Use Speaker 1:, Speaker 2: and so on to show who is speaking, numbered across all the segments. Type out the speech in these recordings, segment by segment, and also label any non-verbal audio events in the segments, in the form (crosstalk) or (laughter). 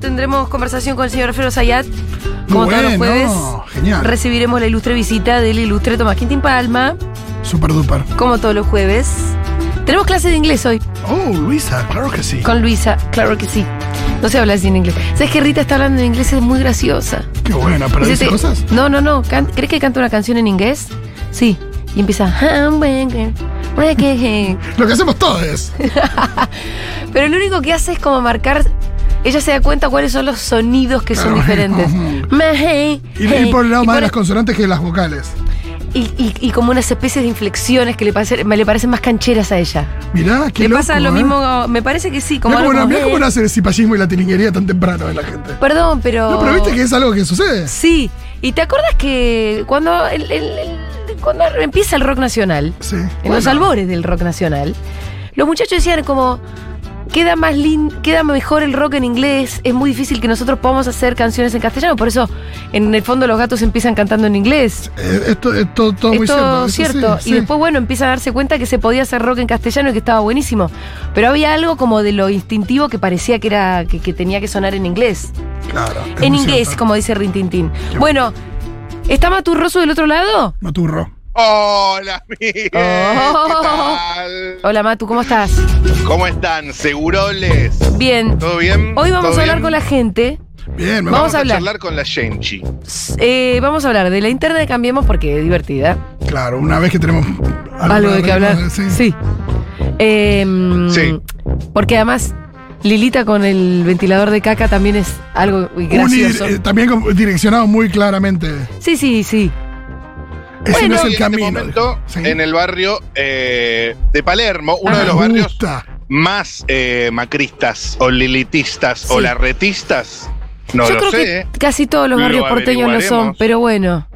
Speaker 1: tendremos conversación con el señor Alfredo Zayat. Como
Speaker 2: Bueno,
Speaker 1: todos los jueves,
Speaker 2: genial.
Speaker 1: recibiremos la ilustre visita del ilustre Tomás Quintín Palma.
Speaker 2: Super duper.
Speaker 1: Como todos los jueves. Tenemos clase de inglés hoy
Speaker 2: Oh, Luisa, claro que sí.
Speaker 1: con Luisa, claro que sí. No se habla así en inglés. ¿Sabes que Rita está hablando en inglés? Es muy graciosa.
Speaker 2: Qué buena, pero
Speaker 1: Dice,
Speaker 2: dice
Speaker 1: te-
Speaker 2: cosas.
Speaker 1: No, no, no. Can- ¿Crees que canta una canción en inglés? Sí. Y empieza. Pero
Speaker 2: Lo que hacemos
Speaker 1: (laughs)
Speaker 2: todos es.
Speaker 1: lo único que hace es como marcar. Ella se da cuenta cuáles son los sonidos que son
Speaker 2: Claro.
Speaker 1: diferentes.
Speaker 2: (laughs) Y, y por el lado
Speaker 1: Y
Speaker 2: más de
Speaker 1: por-
Speaker 2: las consonantes que de las vocales.
Speaker 1: y- y- y como unas especies de inflexiones que le, parece- me le parecen más cancheras a ella.
Speaker 2: Mirá, qué
Speaker 1: le pasa lo
Speaker 2: loco, ¿eh?
Speaker 1: mismo, me parece que sí. Como
Speaker 2: Mirá cómo,
Speaker 1: algo
Speaker 2: no-
Speaker 1: como,
Speaker 2: mirá cómo
Speaker 1: "Eh".
Speaker 2: no hace el cipallismo y la tilinguería tan temprano en la gente.
Speaker 1: Perdón, pero.
Speaker 2: No, pero viste que es algo que sucede.
Speaker 1: Sí, y te acuerdas que cuando, el- el- el- cuando empieza el rock nacional,
Speaker 2: Sí.
Speaker 1: en los albores del rock nacional, los muchachos decían como, queda, más lin- queda mejor el rock en inglés, es muy difícil que nosotros podamos hacer canciones en castellano, por eso en el fondo los gatos empiezan cantando en inglés.
Speaker 2: Eh, Esto es todo, todo muy
Speaker 1: es todo
Speaker 2: cierto. eso
Speaker 1: cierto.
Speaker 2: sí,
Speaker 1: y
Speaker 2: sí.
Speaker 1: después, bueno, empiezan a darse cuenta que se podía hacer rock en castellano y que estaba buenísimo. Pero había algo como de lo instintivo que parecía que era que- que tenía que sonar en inglés.
Speaker 2: Claro, es
Speaker 1: En
Speaker 2: muy
Speaker 1: inglés,
Speaker 2: cierto.
Speaker 1: como dice Rintintín. Bueno, ¿está Maturroso del otro lado?
Speaker 2: Maturro.
Speaker 3: Hola, Miguel. ¿Qué
Speaker 1: Oh.
Speaker 3: tal?
Speaker 1: Hola Matu, ¿cómo estás?
Speaker 3: ¿Cómo están? ¿Seguroles?
Speaker 1: Bien.
Speaker 3: ¿Todo bien?
Speaker 1: Hoy vamos
Speaker 3: ¿Todo
Speaker 1: a hablar
Speaker 3: bien?
Speaker 1: con la gente.
Speaker 2: Bien, me
Speaker 1: Vamos
Speaker 3: Vamos
Speaker 1: a
Speaker 3: a
Speaker 1: hablar.
Speaker 3: charlar con la Shenchi.
Speaker 1: S- eh, vamos a hablar de la interna de Cambiemos porque es divertida.
Speaker 2: Claro, una vez que tenemos
Speaker 1: Algo, de que hablar.
Speaker 2: Sí.
Speaker 1: Sí. Eh, mm,
Speaker 3: Sí.
Speaker 1: Porque además, Lilita con el ventilador de caca también es algo gracioso.
Speaker 2: Unir, eh, también como direccionado muy claramente.
Speaker 1: Sí, sí, sí. Bueno.
Speaker 2: Ese no es
Speaker 3: Y
Speaker 2: el
Speaker 3: en este
Speaker 2: camino.
Speaker 3: momento,
Speaker 2: Sí.
Speaker 3: en el barrio eh, de Palermo, uno
Speaker 1: Ah,
Speaker 3: de los
Speaker 2: Me
Speaker 3: barrios
Speaker 2: gusta.
Speaker 3: más eh, macristas o lilitistas o
Speaker 1: Sí.
Speaker 3: larretistas. No
Speaker 1: Yo
Speaker 3: lo
Speaker 1: creo
Speaker 3: sé. ¿eh?
Speaker 1: que casi todos los
Speaker 3: Lo
Speaker 1: barrios porteños lo son,
Speaker 3: averiguaremos.
Speaker 1: pero bueno.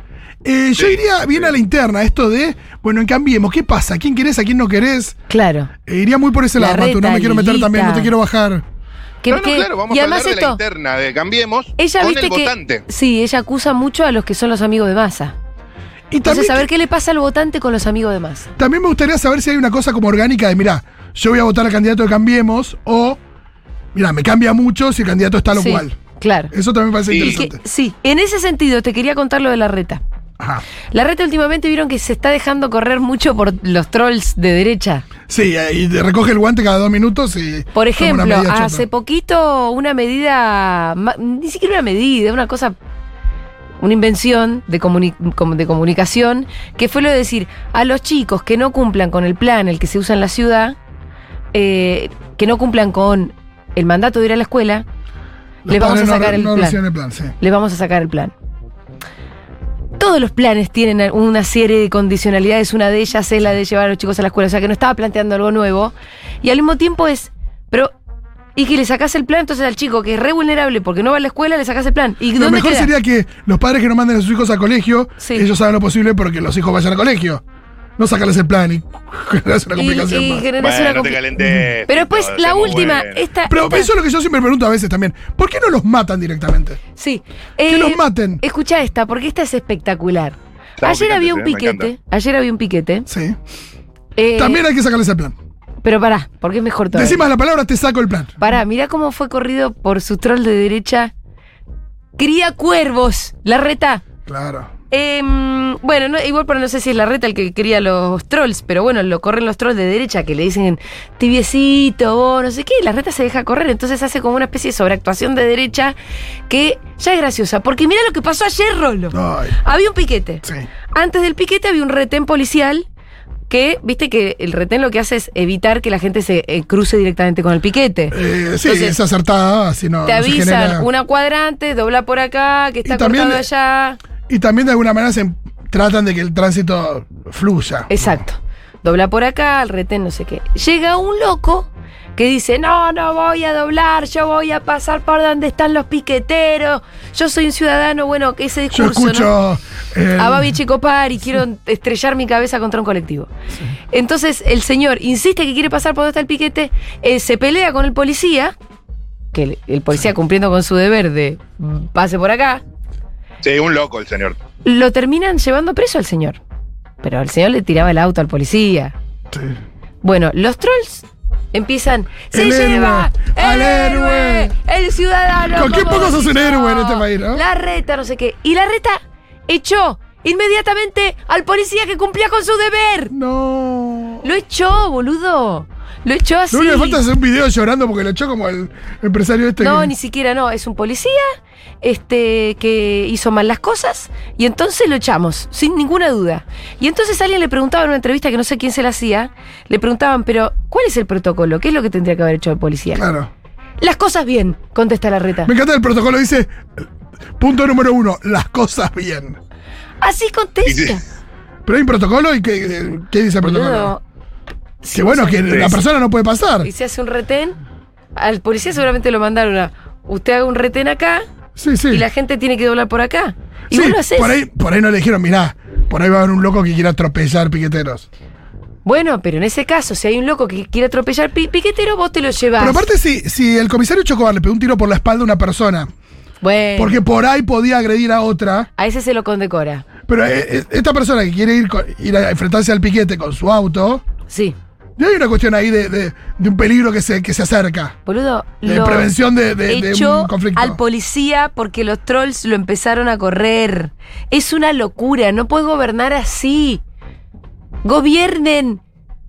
Speaker 2: Eh, yo
Speaker 3: Sí,
Speaker 2: iría bien
Speaker 3: sí.
Speaker 2: a la interna, esto de, bueno, en cambiemos, ¿qué pasa? ¿Quién querés, a quién no querés?
Speaker 1: Claro.
Speaker 2: Eh, iría muy por ese
Speaker 1: La
Speaker 2: lado, Matu,
Speaker 1: reta,
Speaker 2: no me quiero meter
Speaker 1: Lilita.
Speaker 2: también, no te quiero bajar.
Speaker 1: Que-
Speaker 3: No, no,
Speaker 1: que-
Speaker 3: claro, vamos
Speaker 1: y
Speaker 3: a
Speaker 1: además
Speaker 3: hablar de la
Speaker 1: esto,
Speaker 3: interna de Cambiemos
Speaker 1: Ella
Speaker 3: con
Speaker 1: viste
Speaker 3: el
Speaker 1: que.
Speaker 3: votante.
Speaker 1: Sí, ella acusa mucho a los que son los amigos de masa.
Speaker 2: Y
Speaker 1: Entonces,
Speaker 2: también,
Speaker 1: a ver qué le pasa al votante con los amigos de masa.
Speaker 2: también me gustaría saber si hay una cosa como orgánica de, mirá, yo voy a votar al candidato de cambiemos o, mirá, me cambia mucho si el candidato está lo
Speaker 1: Sí,
Speaker 2: cual.
Speaker 1: Claro.
Speaker 2: Eso también me parece
Speaker 3: Sí.
Speaker 1: Que-
Speaker 2: interesante.
Speaker 1: sí, en ese sentido te quería contar lo de la reta.
Speaker 2: Ajá.
Speaker 1: La reta últimamente vieron que se está dejando correr mucho por los trolls de derecha.
Speaker 2: Sí, eh, y te recoge el guante cada dos minutos y...
Speaker 1: Por
Speaker 2: toma una
Speaker 1: ejemplo,
Speaker 2: medida chota.
Speaker 1: hace poquito una medida, ma- ni siquiera una medida, una cosa, una invención de, comuni- com- de comunicación, que fue lo de decir a los chicos que no cumplan con el plan, el que se usa en la ciudad, eh, que no cumplan con el mandato de ir a la escuela,
Speaker 2: Los
Speaker 1: le vamos a
Speaker 2: padres no
Speaker 1: sacar
Speaker 2: re-
Speaker 1: el
Speaker 2: no
Speaker 1: plan.
Speaker 2: reciben el plan, sí.
Speaker 1: le vamos a sacar el plan. Todos los planes tienen una serie de condicionalidades, una de ellas es la de llevar a los chicos a la escuela, o sea que no estaba planteando algo nuevo. Y al mismo tiempo es, pero, y que le sacás el plan entonces al chico que es re vulnerable porque no va a la escuela, le sacás el plan. ¿Y
Speaker 2: Lo
Speaker 1: dónde
Speaker 2: mejor
Speaker 1: queda?
Speaker 2: sería que los padres que no manden a sus hijos a colegio,
Speaker 1: Sí.
Speaker 2: ellos hagan lo posible porque los hijos vayan a colegio. No sacarles el plan y (laughs) generarse una
Speaker 1: Y-
Speaker 2: complicación.
Speaker 1: y
Speaker 2: más.
Speaker 1: generás
Speaker 3: Bueno,
Speaker 1: una
Speaker 3: no te
Speaker 1: compli-
Speaker 3: calentes.
Speaker 1: Pero después,
Speaker 3: no,
Speaker 1: la
Speaker 3: seamos
Speaker 1: última,
Speaker 3: buenos.
Speaker 1: esta,
Speaker 2: Pero
Speaker 1: esta-
Speaker 2: eso es lo que yo siempre me pregunto a veces también. ¿Por qué no los matan directamente?
Speaker 1: Sí. Eh,
Speaker 2: Que los maten.
Speaker 1: Escucha esta, porque esta es espectacular.
Speaker 3: Estamos
Speaker 1: ayer había un
Speaker 3: picantes, eh, me
Speaker 1: piquete, ayer había un piquete.
Speaker 2: Sí.
Speaker 1: eh,
Speaker 2: también hay que sacarles el plan.
Speaker 1: Pero pará, porque es mejor todavía.
Speaker 2: Decimos la palabra, te saco el plan.
Speaker 1: Pará, mirá cómo fue corrido por su troll de derecha. Cría cuervos, la reta.
Speaker 2: Claro.
Speaker 1: Em, bueno, no- igual pero no sé si es la reta el que cría los trolls, pero bueno, lo corren los trolls de derecha que le dicen tibiecito, vos, no sé qué, y la reta se deja correr, entonces hace como una especie de sobreactuación de derecha que ya es graciosa, porque mirá lo que pasó ayer, Rolo.
Speaker 2: Ay,
Speaker 1: Había un piquete.
Speaker 2: sí.
Speaker 1: Antes del piquete había un retén policial que, viste que el retén lo que hace es evitar que la gente se eh, cruce directamente con el piquete.
Speaker 2: Eh, sí,
Speaker 1: Entonces,
Speaker 2: es acertada, así no.
Speaker 1: Te
Speaker 2: no se genera-
Speaker 1: avisan una cuadrante, dobla por acá, que está
Speaker 2: Y también-
Speaker 1: cortado allá.
Speaker 2: Y también de alguna manera se tratan de que el tránsito fluya.
Speaker 1: Exacto. Dobla por acá, el retén, no sé qué. Llega un loco que dice, no, no voy a doblar, yo voy a pasar por donde están los piqueteros, yo soy un ciudadano, bueno, que ese
Speaker 2: Yo
Speaker 1: discurso... ¿no? Ah,
Speaker 2: escucho. eh,
Speaker 1: a Babi Checopar y quiero estrellar mi cabeza contra un colectivo. Entonces el señor insiste que quiere pasar por donde está el piquete, eh, se pelea con el policía, que el, el policía cumpliendo con su deber de mm, pase por acá,
Speaker 3: Sí, un loco el señor.
Speaker 1: lo terminan llevando preso al señor. Pero el señor le tiraba el auto al policía.
Speaker 2: sí.
Speaker 1: Bueno, los trolls empiezan. ¡Se
Speaker 2: El héroe,
Speaker 1: lleva!
Speaker 2: al
Speaker 1: ¡El héroe!
Speaker 2: héroe".
Speaker 1: ¡El ciudadano!
Speaker 2: Con qué
Speaker 1: como
Speaker 2: poco sos un
Speaker 1: yo.
Speaker 2: héroe en este país, ¿no?
Speaker 1: La reta, no sé qué. Y la reta echó inmediatamente al policía que cumplía con su deber.
Speaker 2: No.
Speaker 1: Lo echó, boludo. Lo echó así.
Speaker 2: Lo único que falta es hacer un video llorando porque lo echó como el empresario este.
Speaker 1: No,
Speaker 2: que-
Speaker 1: ni siquiera no. Es un policía este, que hizo mal las cosas y entonces lo echamos, sin ninguna duda. Y entonces alguien le preguntaba en una entrevista que no sé quién se la hacía, le preguntaban, pero ¿cuál es el protocolo? ¿Qué es lo que tendría que haber hecho el policía?
Speaker 2: Claro.
Speaker 1: Las cosas bien, contesta la reta.
Speaker 2: Me encanta el protocolo, dice. Punto número uno, las cosas bien.
Speaker 1: Así contesta.
Speaker 2: Pero hay un protocolo y ¿qué, qué dice el protocolo?
Speaker 1: Boludo.
Speaker 2: Que bueno, que la persona no puede pasar.
Speaker 1: Y se hace un retén. Al policía seguramente lo mandaron a. Usted haga un retén acá
Speaker 2: Sí, sí.
Speaker 1: y la gente tiene que doblar por acá. Y
Speaker 2: Sí,
Speaker 1: vos lo haces.
Speaker 2: Por ahí, por ahí no le dijeron, mirá, por ahí va a haber un loco que quiera atropellar piqueteros.
Speaker 1: Bueno, pero en ese caso, si hay un loco que quiere atropellar pi- piquetero, vos te lo llevas.
Speaker 2: Pero aparte, si, si el comisario Chocobar le pegó un tiro por la espalda a una persona,
Speaker 1: bueno,
Speaker 2: porque por ahí podía agredir a otra,
Speaker 1: a ese se lo condecora.
Speaker 2: pero eh, eh, esta persona que quiere ir, con- ir a enfrentarse al piquete con su auto,
Speaker 1: Sí,
Speaker 2: ya hay una cuestión ahí de, de- de un peligro que se, que se acerca.
Speaker 1: boludo.
Speaker 2: De
Speaker 1: lo
Speaker 2: prevención de, de- de
Speaker 1: echó
Speaker 2: un conflicto.
Speaker 1: al policía porque los trolls lo empezaron a correr. Es una locura, no puedes gobernar así. Gobiernen.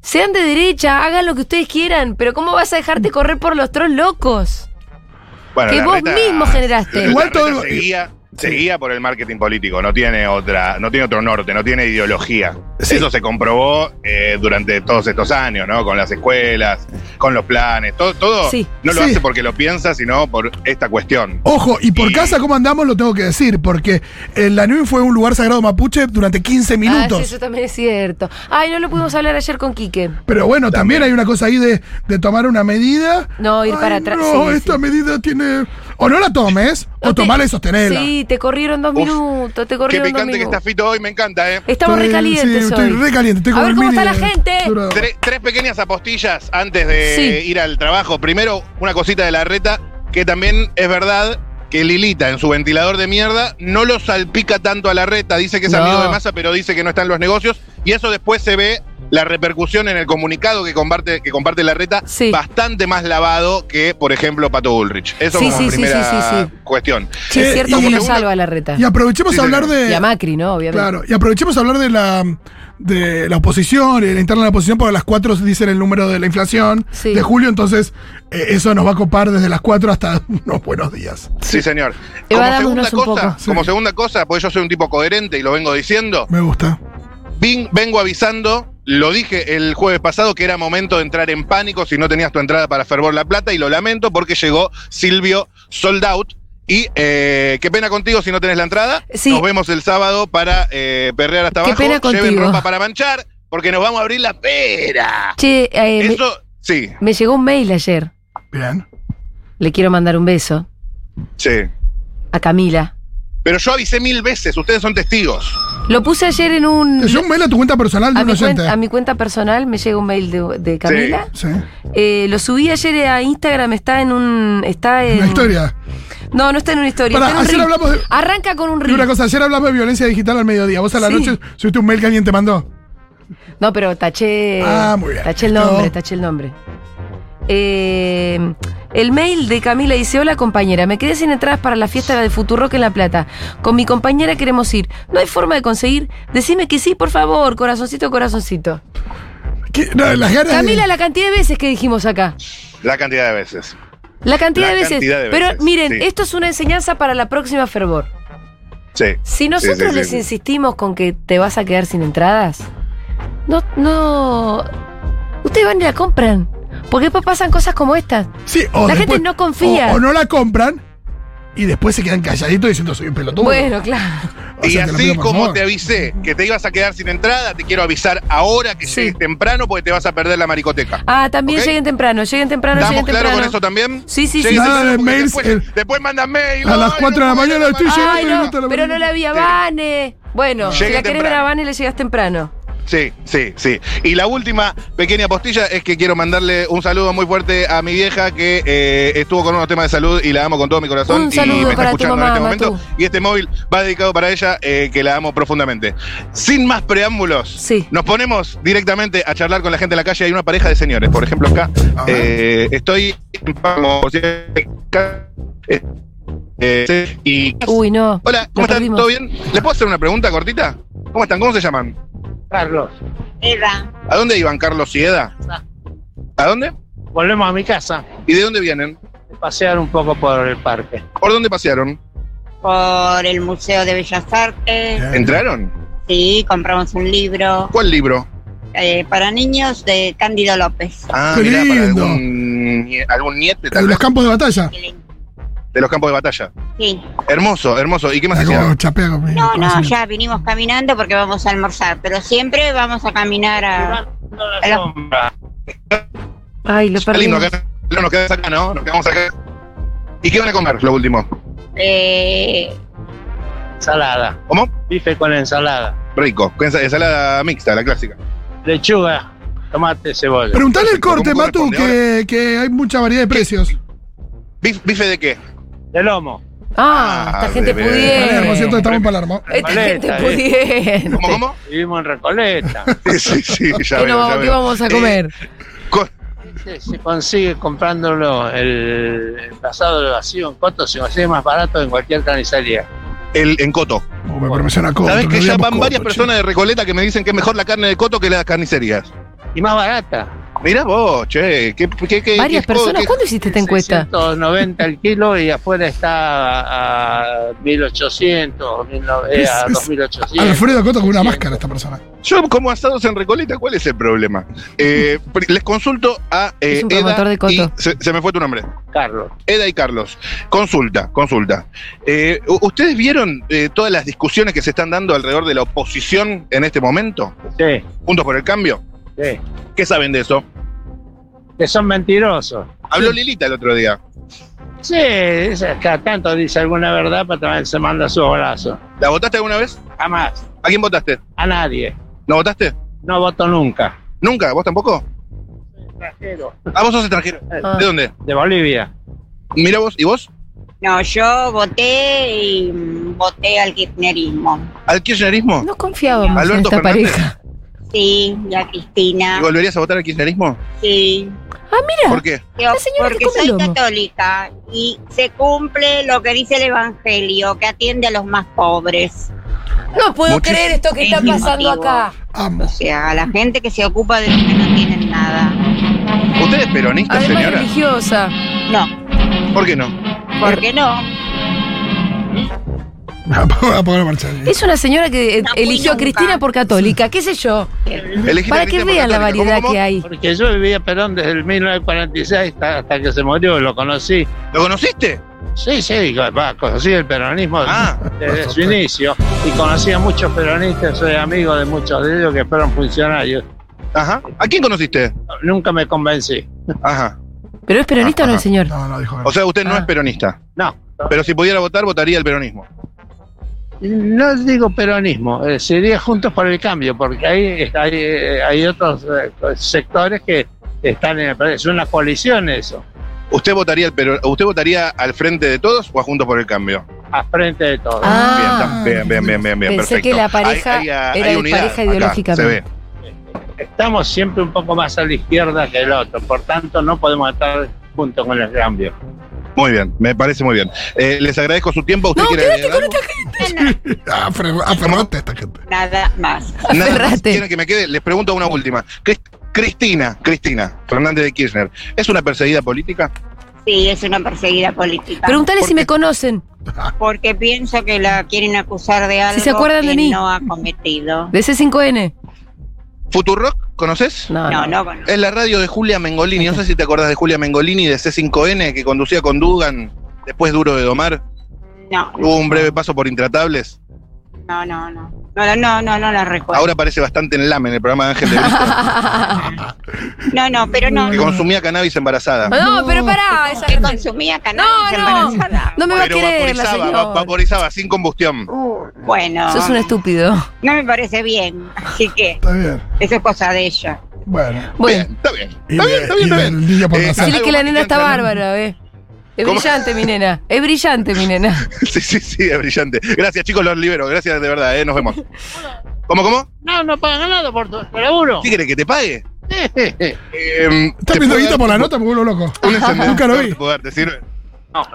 Speaker 1: Sean de derecha, hagan lo que ustedes quieran, pero ¿cómo vas a dejarte correr por los trolls locos?
Speaker 3: Bueno,
Speaker 1: que
Speaker 3: la
Speaker 1: vos
Speaker 3: reta-
Speaker 1: mismo generaste.
Speaker 3: la
Speaker 2: Igual
Speaker 3: reta
Speaker 2: todo-
Speaker 3: se guía- se guía por el marketing político, no tiene otra, no tiene otro norte, no tiene ideología.
Speaker 2: Sí.
Speaker 3: Eso se comprobó eh, durante todos estos años, ¿no? Con las escuelas, con los planes, todo, todo
Speaker 1: Sí.
Speaker 3: no lo
Speaker 2: Sí.
Speaker 3: hace porque lo piensa, sino por esta cuestión.
Speaker 2: Ojo, y por
Speaker 3: Y-
Speaker 2: casa cómo andamos lo tengo que decir, porque el Lanúi fue un lugar sagrado mapuche durante 15
Speaker 1: Ah, sí,
Speaker 2: minutos.
Speaker 1: eso también es cierto. Ay, no lo pudimos hablar ayer con Quique.
Speaker 2: Pero bueno, también hay una cosa ahí de, de tomar una medida.
Speaker 1: No, ir
Speaker 2: Ay,
Speaker 1: para atrás,
Speaker 2: No,
Speaker 1: sí,
Speaker 2: esta
Speaker 1: sí.
Speaker 2: medida tiene. O no la tomes, o
Speaker 1: No te-
Speaker 2: tomala y sostenerla.
Speaker 1: Sí, te corrieron dos
Speaker 3: Uf,
Speaker 1: minutos, te
Speaker 3: Qué
Speaker 1: corrieron dos
Speaker 3: picante que
Speaker 1: minutos.
Speaker 3: está Fito hoy, me encanta, ¿eh?
Speaker 1: Estamos
Speaker 2: Estoy-
Speaker 1: recalientes
Speaker 2: sí,
Speaker 1: hoy.
Speaker 2: Estoy recaliente. Estoy
Speaker 1: A
Speaker 2: con
Speaker 1: ver
Speaker 2: el
Speaker 1: cómo está
Speaker 2: mini
Speaker 1: la gente.
Speaker 2: durador.
Speaker 3: Tres, tres pequeñas apostillas antes de
Speaker 1: Sí.
Speaker 3: ir al trabajo. Primero, una cosita de la reta, que también es verdad que Lilita en su ventilador de mierda no lo salpica tanto a la reta. Dice que es
Speaker 1: No.
Speaker 3: amigo de masa, pero dice que no está en los negocios. Y eso después se ve la repercusión en el comunicado que comparte, que comparte la reta,
Speaker 1: Sí.
Speaker 3: bastante más lavado que, por ejemplo, Pato Bullrich. Eso
Speaker 1: Sí,
Speaker 3: como
Speaker 1: sí, sí,
Speaker 3: primera
Speaker 1: sí, sí, sí.
Speaker 3: cuestión.
Speaker 1: Sí, es
Speaker 2: Eh,
Speaker 1: cierto
Speaker 2: y-
Speaker 1: que lo
Speaker 3: segunda-
Speaker 1: salva la reta.
Speaker 2: Y aprovechemos
Speaker 3: Sí,
Speaker 2: a hablar
Speaker 3: señor.
Speaker 2: de.
Speaker 1: Y a Macri, ¿no? Obviamente.
Speaker 2: Claro, y aprovechemos a hablar de la de la oposición, eh, la interna de la oposición, porque a las 4 dicen el número de la inflación
Speaker 1: Sí.
Speaker 2: de julio, entonces eh, eso nos va a copar desde las 4 hasta (laughs) unos buenos días.
Speaker 3: Sí, señor.
Speaker 1: Evadámonos un
Speaker 3: cosa,
Speaker 1: poco.
Speaker 3: como
Speaker 2: Sí.
Speaker 3: segunda cosa, pues yo soy un tipo coherente y lo vengo diciendo.
Speaker 2: Me gusta.
Speaker 3: Vin- vengo avisando, lo dije el jueves pasado, que era momento de entrar en pánico si no tenías tu entrada para Fervor La Plata y lo lamento porque llegó Silvio Sold Out. Y eh, qué pena contigo si no tenés la entrada.
Speaker 1: Sí.
Speaker 3: Nos vemos el sábado para eh, perrear hasta
Speaker 1: Qué
Speaker 3: abajo.
Speaker 1: pena
Speaker 3: Lleven
Speaker 1: contigo.
Speaker 3: ropa para manchar porque nos vamos a abrir la pera.
Speaker 1: Che, eh, me-
Speaker 3: Eso, sí,
Speaker 1: me, llegó un mail ayer.
Speaker 2: Bien.
Speaker 1: Le quiero mandar un beso
Speaker 3: sí.
Speaker 1: a Camila.
Speaker 3: Pero yo avisé mil veces, ustedes son testigos.
Speaker 1: Lo puse ayer en un.
Speaker 2: Te llegó un mail a tu cuenta personal de
Speaker 1: Mm. a,
Speaker 2: un
Speaker 1: mi
Speaker 2: oyente.
Speaker 1: cuenta, a mi cuenta personal me llega un mail de, de Camila.
Speaker 2: Sí.
Speaker 1: Eh, lo subí ayer a Instagram, está en un. Está en.
Speaker 2: Una historia.
Speaker 1: No, no está en una historia. está
Speaker 2: Pará,
Speaker 1: en un
Speaker 2: ayer
Speaker 1: reel.
Speaker 2: hablamos de-
Speaker 1: Arranca con un
Speaker 2: Y
Speaker 1: reel.
Speaker 2: una cosa, ayer hablamos de violencia digital al mediodía. Vos a la
Speaker 1: Sí.
Speaker 2: noche subiste un mail que alguien te mandó.
Speaker 1: No, pero taché.
Speaker 2: Ah, muy bien.
Speaker 1: Taché el nombre,
Speaker 2: No.
Speaker 1: taché el nombre. Eh, el mail de Camila dice: Hola compañera, me quedé sin entradas para la fiesta de Futurock en La Plata. Con mi compañera queremos ir. ¿No hay forma de conseguir? Decime que sí, por favor, corazoncito, corazoncito.
Speaker 2: ¿Qué? No, las ganas de-
Speaker 1: Eh, Camila, la cantidad de veces que dijimos acá.
Speaker 3: La cantidad de veces.
Speaker 1: La cantidad,
Speaker 3: La
Speaker 1: de, veces.
Speaker 3: cantidad de
Speaker 1: Pero
Speaker 3: veces,
Speaker 1: miren,
Speaker 3: sí.
Speaker 1: esto es una enseñanza para la próxima fervor.
Speaker 3: Sí.
Speaker 1: Si nosotros
Speaker 3: Sí, sí, sí,
Speaker 1: les
Speaker 3: sí.
Speaker 1: insistimos con que te vas a quedar sin entradas, no, no. Ustedes van y la compran. Porque después pasan cosas como estas.
Speaker 2: Sí, o
Speaker 1: La
Speaker 2: después-
Speaker 1: gente no confía.
Speaker 2: O, o no la compran y después se quedan calladitos diciendo soy un pelotudo.
Speaker 1: Bueno, claro.
Speaker 2: O
Speaker 3: Y
Speaker 2: sea, te lo
Speaker 3: así
Speaker 2: pido, por
Speaker 3: como
Speaker 2: favor.
Speaker 3: te avisé que te ibas a quedar sin entrada, te quiero avisar ahora que
Speaker 1: Sí.
Speaker 3: llegues temprano porque te vas a perder la maricoteca.
Speaker 1: Ah, también
Speaker 3: Ok.
Speaker 1: lleguen temprano, lleguen temprano,
Speaker 3: ¿Estamos
Speaker 1: lleguen
Speaker 3: claros
Speaker 1: temprano.
Speaker 3: con eso también?
Speaker 1: Sí, sí, sí.
Speaker 3: Lleguen
Speaker 2: Nada
Speaker 3: temprano
Speaker 2: de
Speaker 3: porque
Speaker 2: mails,
Speaker 3: Después,
Speaker 2: el-
Speaker 3: después mandan mail.
Speaker 2: a las
Speaker 3: Ay,
Speaker 2: 4 de la
Speaker 3: puedo
Speaker 2: mañana
Speaker 3: ir a
Speaker 2: estoy
Speaker 3: la
Speaker 2: llegando.
Speaker 1: Ay, no,
Speaker 2: Lleguen temprano.
Speaker 1: pero no la vi a Vane. Bueno, si
Speaker 3: Lleguen
Speaker 1: la querés ver a
Speaker 3: temprano.
Speaker 1: Vane, le llegas temprano.
Speaker 3: Sí, sí, sí. Y la última pequeña postilla es que quiero mandarle un saludo muy fuerte a mi vieja que eh, estuvo con unos temas de salud y la amo con todo mi corazón
Speaker 1: Un
Speaker 3: y me
Speaker 1: saludo
Speaker 3: está
Speaker 1: para tu
Speaker 3: escuchando
Speaker 1: mamá,
Speaker 3: en este momento.
Speaker 1: Matú.
Speaker 3: Y este móvil va dedicado para ella, eh, que la amo profundamente. Sin más preámbulos,
Speaker 1: Sí.
Speaker 3: nos ponemos directamente a charlar con la gente de la calle. Hay una pareja de señores, por ejemplo, acá.
Speaker 2: A ver.
Speaker 3: eh, estoy en Pamos, eh, eh, y
Speaker 1: Uy, no.
Speaker 3: Hola, ¿cómo
Speaker 1: Lo
Speaker 3: están?
Speaker 1: perdimos.
Speaker 3: ¿Todo bien? ¿Les puedo hacer una pregunta cortita? ¿Cómo están? ¿Cómo se llaman?
Speaker 4: Carlos,
Speaker 5: Eda,
Speaker 3: ¿A dónde iban Carlos y Eda? ¿A dónde?
Speaker 4: volvemos a mi casa,
Speaker 3: ¿Y de dónde vienen?
Speaker 4: a pasear un poco por el parque.
Speaker 3: ¿Por dónde pasearon?
Speaker 5: por el Museo de Bellas Artes.
Speaker 2: Ah.
Speaker 3: ¿Entraron?
Speaker 5: Sí, compramos un libro
Speaker 3: ¿Cuál libro?
Speaker 5: eh, para niños de Cándido López.
Speaker 3: Ah,
Speaker 2: ¡Qué
Speaker 3: mirá, para
Speaker 2: lindo!
Speaker 3: algún, nie- algún niete
Speaker 2: En
Speaker 3: tal vez,
Speaker 2: los campos de batalla.
Speaker 3: de los campos de batalla.
Speaker 5: Sí.
Speaker 3: Hermoso, hermoso. ¿Y qué más
Speaker 2: Ah, como
Speaker 3: hicieron?
Speaker 2: chapea con-
Speaker 5: No,
Speaker 2: con
Speaker 5: no,
Speaker 2: así.
Speaker 5: ya vinimos caminando porque vamos a almorzar, pero siempre vamos a caminar a...
Speaker 4: Mirando la
Speaker 5: Hola.
Speaker 4: sombra.
Speaker 1: Ay, lo
Speaker 3: Qué lindo,
Speaker 1: perdimos.
Speaker 3: acá no nos quedamos acá, ¿no? Nos quedamos acá. ¿Y qué van a comer, lo último?
Speaker 5: eh,
Speaker 4: Ensalada.
Speaker 3: ¿Cómo?
Speaker 4: Bife con ensalada.
Speaker 3: Rico. con ensa- Ensalada mixta, la clásica.
Speaker 4: Lechuga, tomate, cebolla.
Speaker 2: Preguntale el corte,
Speaker 3: ¿Cómo
Speaker 2: Matu, que,
Speaker 3: corresponde
Speaker 2: que hay mucha variedad de precios.
Speaker 3: Bif- ¿Bife de qué?
Speaker 4: De lomo.
Speaker 1: Ah, esta
Speaker 3: Ah,
Speaker 1: gente
Speaker 3: bebé.
Speaker 2: Palermo, ¿cierto?
Speaker 1: pudiera.
Speaker 2: Estamos en Palermo.
Speaker 1: Esta gente
Speaker 4: Paleta, eh.
Speaker 1: pudiera.
Speaker 3: ¿Cómo, cómo?
Speaker 4: Vivimos
Speaker 2: (laughs)
Speaker 4: en Recoleta.
Speaker 3: (laughs) Sí, sí,
Speaker 1: (laughs)
Speaker 3: sí, ya
Speaker 1: ¿Qué,
Speaker 3: veo,
Speaker 1: no-
Speaker 3: ya
Speaker 1: qué
Speaker 3: veo.
Speaker 1: vamos a
Speaker 3: Eh,
Speaker 1: comer?
Speaker 3: co-
Speaker 4: Este se consigue comprándolo el, el pasado vacío en Coto, se consigue más barato en cualquier carnicería.
Speaker 3: el, en Coto.
Speaker 2: Oh, me promociona Coto,
Speaker 3: Sabes
Speaker 2: no
Speaker 3: que ya
Speaker 2: olvidamos
Speaker 3: van
Speaker 2: Coto,
Speaker 3: varias
Speaker 2: che.
Speaker 3: personas de Recoleta que me dicen que es mejor la carne de Coto que las carnicerías.
Speaker 4: Y más barata.
Speaker 3: Mirá vos, che, qué, qué, qué-
Speaker 1: Varias
Speaker 3: eh, qué-
Speaker 1: personas.
Speaker 3: qué-
Speaker 1: ¿Cuándo hiciste esta encuesta?
Speaker 4: 690 el kilo y afuera está a, a 1800, mil no- eh, a
Speaker 2: Es- es-
Speaker 4: 2800.
Speaker 2: Alfredo Coto con una
Speaker 4: Sí.
Speaker 2: máscara, esta persona.
Speaker 3: Yo como asados en Recoleta, ¿cuál es el problema? Eh, (laughs) pri- les consulto a eh,
Speaker 1: Es un
Speaker 3: Eda
Speaker 1: promotor de Coto.
Speaker 3: y- se, se me fue tu nombre.
Speaker 4: Carlos.
Speaker 3: Eda y Carlos. Consulta, consulta. Eh, ¿u- ¿Ustedes vieron eh, todas las discusiones que se están dando alrededor de la oposición en este momento?
Speaker 4: Sí,
Speaker 3: Juntos por el cambio.
Speaker 4: sí.
Speaker 3: ¿Qué saben de eso?
Speaker 4: Que son mentirosos.
Speaker 3: Habló Lilita el otro día.
Speaker 4: Sí, es- cada tanto dice alguna verdad para también se manda sus brazos.
Speaker 3: ¿La votaste alguna vez?
Speaker 4: Jamás.
Speaker 3: ¿A quién votaste?
Speaker 4: A nadie.
Speaker 3: ¿No votaste?
Speaker 4: No voto nunca.
Speaker 3: ¿Nunca? ¿Vos tampoco?
Speaker 4: Extranjero.
Speaker 3: Ah, vos sos extranjero.
Speaker 1: Ah.
Speaker 3: ¿De dónde?
Speaker 4: De Bolivia.
Speaker 3: Mira vos, ¿y vos?
Speaker 5: no, yo voté y mm, voté al kirchnerismo.
Speaker 3: ¿Al kirchnerismo?
Speaker 1: No confiábamos en
Speaker 3: Alberto
Speaker 1: esta
Speaker 3: Fernández.
Speaker 1: pareja.
Speaker 5: Sí, y a Cristina.
Speaker 3: ¿Y volverías a votar al kirchnerismo?
Speaker 5: Sí.
Speaker 3: ¿Por qué?
Speaker 5: Yo,
Speaker 1: La señora que
Speaker 5: porque
Speaker 1: come
Speaker 5: soy
Speaker 1: lomo.
Speaker 5: católica y se cumple lo que dice el Evangelio, que atiende a los más pobres.
Speaker 1: No puedo
Speaker 3: Muchis-
Speaker 1: creer esto que está
Speaker 5: Es mi
Speaker 1: pasando
Speaker 5: motivo.
Speaker 1: acá.
Speaker 5: O
Speaker 2: Amo. (laughs)
Speaker 5: sea, a la gente que se ocupa de los que no tienen nada.
Speaker 3: ¿Usted es peronista,
Speaker 1: Además
Speaker 3: señora?
Speaker 1: religiosa.
Speaker 5: No,
Speaker 3: ¿Por qué no?
Speaker 5: ¿por qué no?
Speaker 2: Voy a poner- voy a poner la marcha.
Speaker 1: Es una señora que eh,
Speaker 5: No fui
Speaker 1: eligió a
Speaker 5: nunca.
Speaker 1: Cristina por católica, qué sé yo.
Speaker 3: Elegí
Speaker 1: Para
Speaker 3: la
Speaker 1: que
Speaker 3: Cristina
Speaker 1: vean la
Speaker 3: Católica. ¿Cómo,
Speaker 1: variedad
Speaker 3: cómo?
Speaker 1: que hay.
Speaker 4: Porque yo vivía en Perón desde el 1946 hasta, hasta que se murió, lo conocí.
Speaker 3: ¿Lo conociste?
Speaker 4: Sí, sí, va, conocí el peronismo
Speaker 3: Ah,
Speaker 4: desde su inicio y conocí a muchos peronistas, soy amigo de muchos de ellos que fueron funcionarios.
Speaker 3: ajá. ¿A quién conociste?
Speaker 4: Nunca me convencí.
Speaker 3: Ajá.
Speaker 1: ¿Pero es peronista
Speaker 3: Ah,
Speaker 1: o no el señor?
Speaker 2: No, no, dijo. que no.
Speaker 3: O sea, usted no
Speaker 1: Ah.
Speaker 3: es peronista.
Speaker 4: No,
Speaker 3: Pero si pudiera votar, votaría el peronismo.
Speaker 4: No digo peronismo, eh, sería Juntos por el Cambio, porque hay, hay, eh, hay otros eh, sectores que están en el país. Es una coalición eso,
Speaker 3: ¿Usted votaría, el pero, ¿Usted votaría al frente de todos o a Juntos por el Cambio?
Speaker 4: a frente de todo.
Speaker 1: Ah,
Speaker 3: bien, está- bien, bien, bien, bien, bien,
Speaker 1: Pensé
Speaker 3: perfecto.
Speaker 1: que la pareja era de
Speaker 3: unidad
Speaker 1: pareja
Speaker 3: acá,
Speaker 1: ideológica,
Speaker 3: se
Speaker 1: pero-
Speaker 3: ve.
Speaker 4: Estamos siempre un poco más a la izquierda que el otro, por tanto no podemos estar juntos con el cambio.
Speaker 3: Muy bien, me parece muy bien. Eh, les agradezco su tiempo. ¿Usted
Speaker 1: No,
Speaker 3: quiere
Speaker 1: quédate con
Speaker 3: agregar
Speaker 1: esta
Speaker 2: Ah, aferra- Aferrate a esta gente.
Speaker 5: Nada más.
Speaker 3: Nada más
Speaker 1: Aferrate.
Speaker 3: quieren que me quede, les pregunto una última. Cris- Cristina, Cristina Fernández de Kirchner, ¿es una perseguida política?
Speaker 5: Sí, es una perseguida política.
Speaker 1: Preguntale
Speaker 3: ¿Por
Speaker 1: si
Speaker 3: qué?
Speaker 1: me conocen,
Speaker 5: porque pienso que la quieren acusar de algo
Speaker 1: se acuerdan
Speaker 5: que
Speaker 1: de mí.
Speaker 5: no ha cometido.
Speaker 1: de C5N.
Speaker 3: ¿Futurock? ¿Conoces?
Speaker 1: No,
Speaker 5: No,
Speaker 1: no.
Speaker 5: no conozco.
Speaker 3: Es la radio de Julia Mengolini. No sé si te acordás de Julia Mengolini de C5N que conducía con Dugan, después Duro de Domar.
Speaker 5: No,
Speaker 3: Hubo un breve paso por Intratables.
Speaker 5: no, no, no. No, no, no, no la recuerdo.
Speaker 3: Ahora parece bastante en lame en el programa de Ángel de Brito,
Speaker 5: No, no, pero no.
Speaker 1: (laughs)
Speaker 3: que consumía cannabis embarazada.
Speaker 1: No,
Speaker 2: No.
Speaker 1: pero pará, esa
Speaker 5: Que consumía cannabis
Speaker 1: No, no.
Speaker 5: embarazada.
Speaker 1: No me va a
Speaker 3: Pero
Speaker 1: querer la
Speaker 3: vaporizaba, Ah. va-
Speaker 1: señora. Uh,
Speaker 3: vaporizaba sin combustión.
Speaker 5: Bueno,
Speaker 1: Sos un estúpido.
Speaker 5: no me parece bien. Así que
Speaker 2: Está bien.
Speaker 5: eso es cosa de ella.
Speaker 2: Bueno.
Speaker 1: Bueno,
Speaker 3: Bien, está bien.
Speaker 2: Y
Speaker 3: Está bien, está
Speaker 2: de-
Speaker 3: bien,
Speaker 2: y
Speaker 3: está
Speaker 2: del
Speaker 3: bien.
Speaker 2: niño por
Speaker 3: Eh,
Speaker 2: nacer.
Speaker 1: decirle que la
Speaker 3: algo
Speaker 1: nena
Speaker 3: más que
Speaker 1: está
Speaker 3: quieran
Speaker 1: bárbara, ¿eh? Es
Speaker 3: ¿Cómo?
Speaker 1: brillante, mi nena. Es brillante, mi nena.
Speaker 3: (laughs) Sí, sí, sí, es brillante. Gracias, chicos, los libero. Gracias de verdad, eh, nos vemos. ¿Cómo, cómo?
Speaker 6: No, no pagan nada por tu por laburo.
Speaker 3: ¿Sí querés que te pague?
Speaker 6: (laughs)
Speaker 3: Eh,
Speaker 2: ¿Estás
Speaker 3: ¿te
Speaker 2: viendo
Speaker 3: puedo
Speaker 2: guita
Speaker 3: dar
Speaker 2: por la nota? Me vuelvo loco.
Speaker 3: Un encendedor,
Speaker 2: Nunca lo vi.
Speaker 3: ¿Te puedo dar? ¿Te sirve?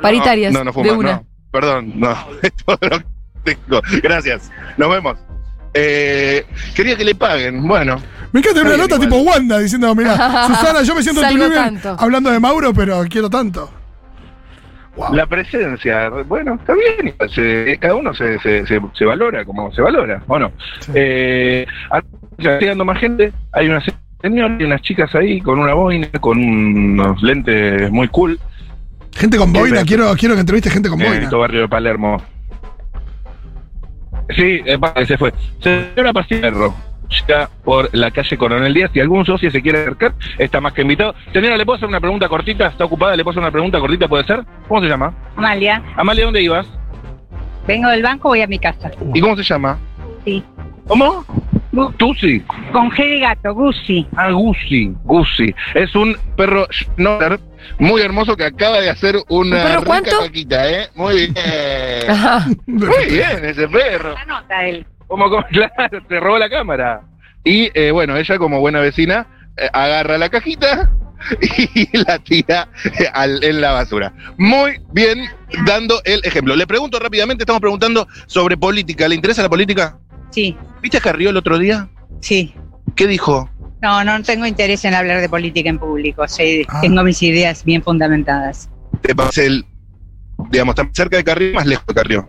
Speaker 1: Paritarias.
Speaker 3: No,
Speaker 1: de
Speaker 3: no fumas,
Speaker 1: una.
Speaker 3: no. Perdón,
Speaker 7: (laughs)
Speaker 3: no. Es todo lo que tengo. Gracias. Nos vemos. Eh, quería que le paguen. Bueno,
Speaker 2: Me encanta una
Speaker 3: Está bien,
Speaker 2: nota
Speaker 3: igual. eh.
Speaker 2: tipo Wanda diciendo,
Speaker 5: (laughs)
Speaker 2: mira, Susana, yo me siento en tu
Speaker 1: Salvo
Speaker 2: nivel
Speaker 1: tanto.
Speaker 2: hablando de Mauro, pero quiero tanto. Wow.
Speaker 7: La presencia, bueno, está bien, se- cada uno se, se, se, se valora como se valora, ¿o no?
Speaker 2: Sí.
Speaker 7: Eh, ahora está llegando más gente, hay una señora y unas chicas ahí con una boina, con unos lentes muy cool,
Speaker 2: Gente con
Speaker 7: Qué
Speaker 2: boina,
Speaker 7: bello.
Speaker 2: quiero, quiero que entreviste gente con
Speaker 7: en
Speaker 2: boina.
Speaker 7: el
Speaker 2: (laughs)
Speaker 7: barrio de Palermo. Sí, eh, pa- se fue. Señora Pacierro, ya por la calle Coronel Díaz, si algún socio se quiere acercar, está más que invitado. Señora, ¿le puedo hacer una pregunta cortita? ¿Está ocupada? ¿Le puedo hacer una pregunta cortita? ¿Puede ser? ¿Cómo se llama?
Speaker 8: Amalia,
Speaker 7: Amalia, ¿dónde ibas?
Speaker 8: vengo del banco, voy a mi casa.
Speaker 7: ¿Y cómo se llama?
Speaker 8: Sí.
Speaker 7: ¿Cómo? Tusi.
Speaker 8: Con G de gato, Gucci.
Speaker 7: Ah, Gusi. Gusi.
Speaker 3: es un perro schnauzer muy hermoso que acaba de hacer una
Speaker 1: ¿Un perro
Speaker 3: rica
Speaker 1: cuánto? Ah.
Speaker 3: paquita, ¿eh? Muy bien.
Speaker 1: Ajá.
Speaker 3: Muy bien ese perro.
Speaker 8: La nota él.
Speaker 3: (laughs)
Speaker 7: ¿Cómo, cómo? Claro, te robó la cámara.
Speaker 3: Y eh, bueno, ella como buena vecina eh, agarra la cajita (laughs) y la tira eh, al- en la basura. Muy bien, dando el ejemplo. Le pregunto rápidamente, estamos preguntando sobre política. ¿Le interesa la política?
Speaker 8: Sí,
Speaker 3: ¿Viste a Carrió el otro día?
Speaker 8: sí.
Speaker 3: ¿Qué dijo?
Speaker 8: No, no tengo interés en hablar de política en público. sí,
Speaker 2: Ah.
Speaker 8: Tengo mis ideas bien fundamentadas.
Speaker 3: Te pasé el, digamos, tan cerca de Carrió, más lejos de Carrió.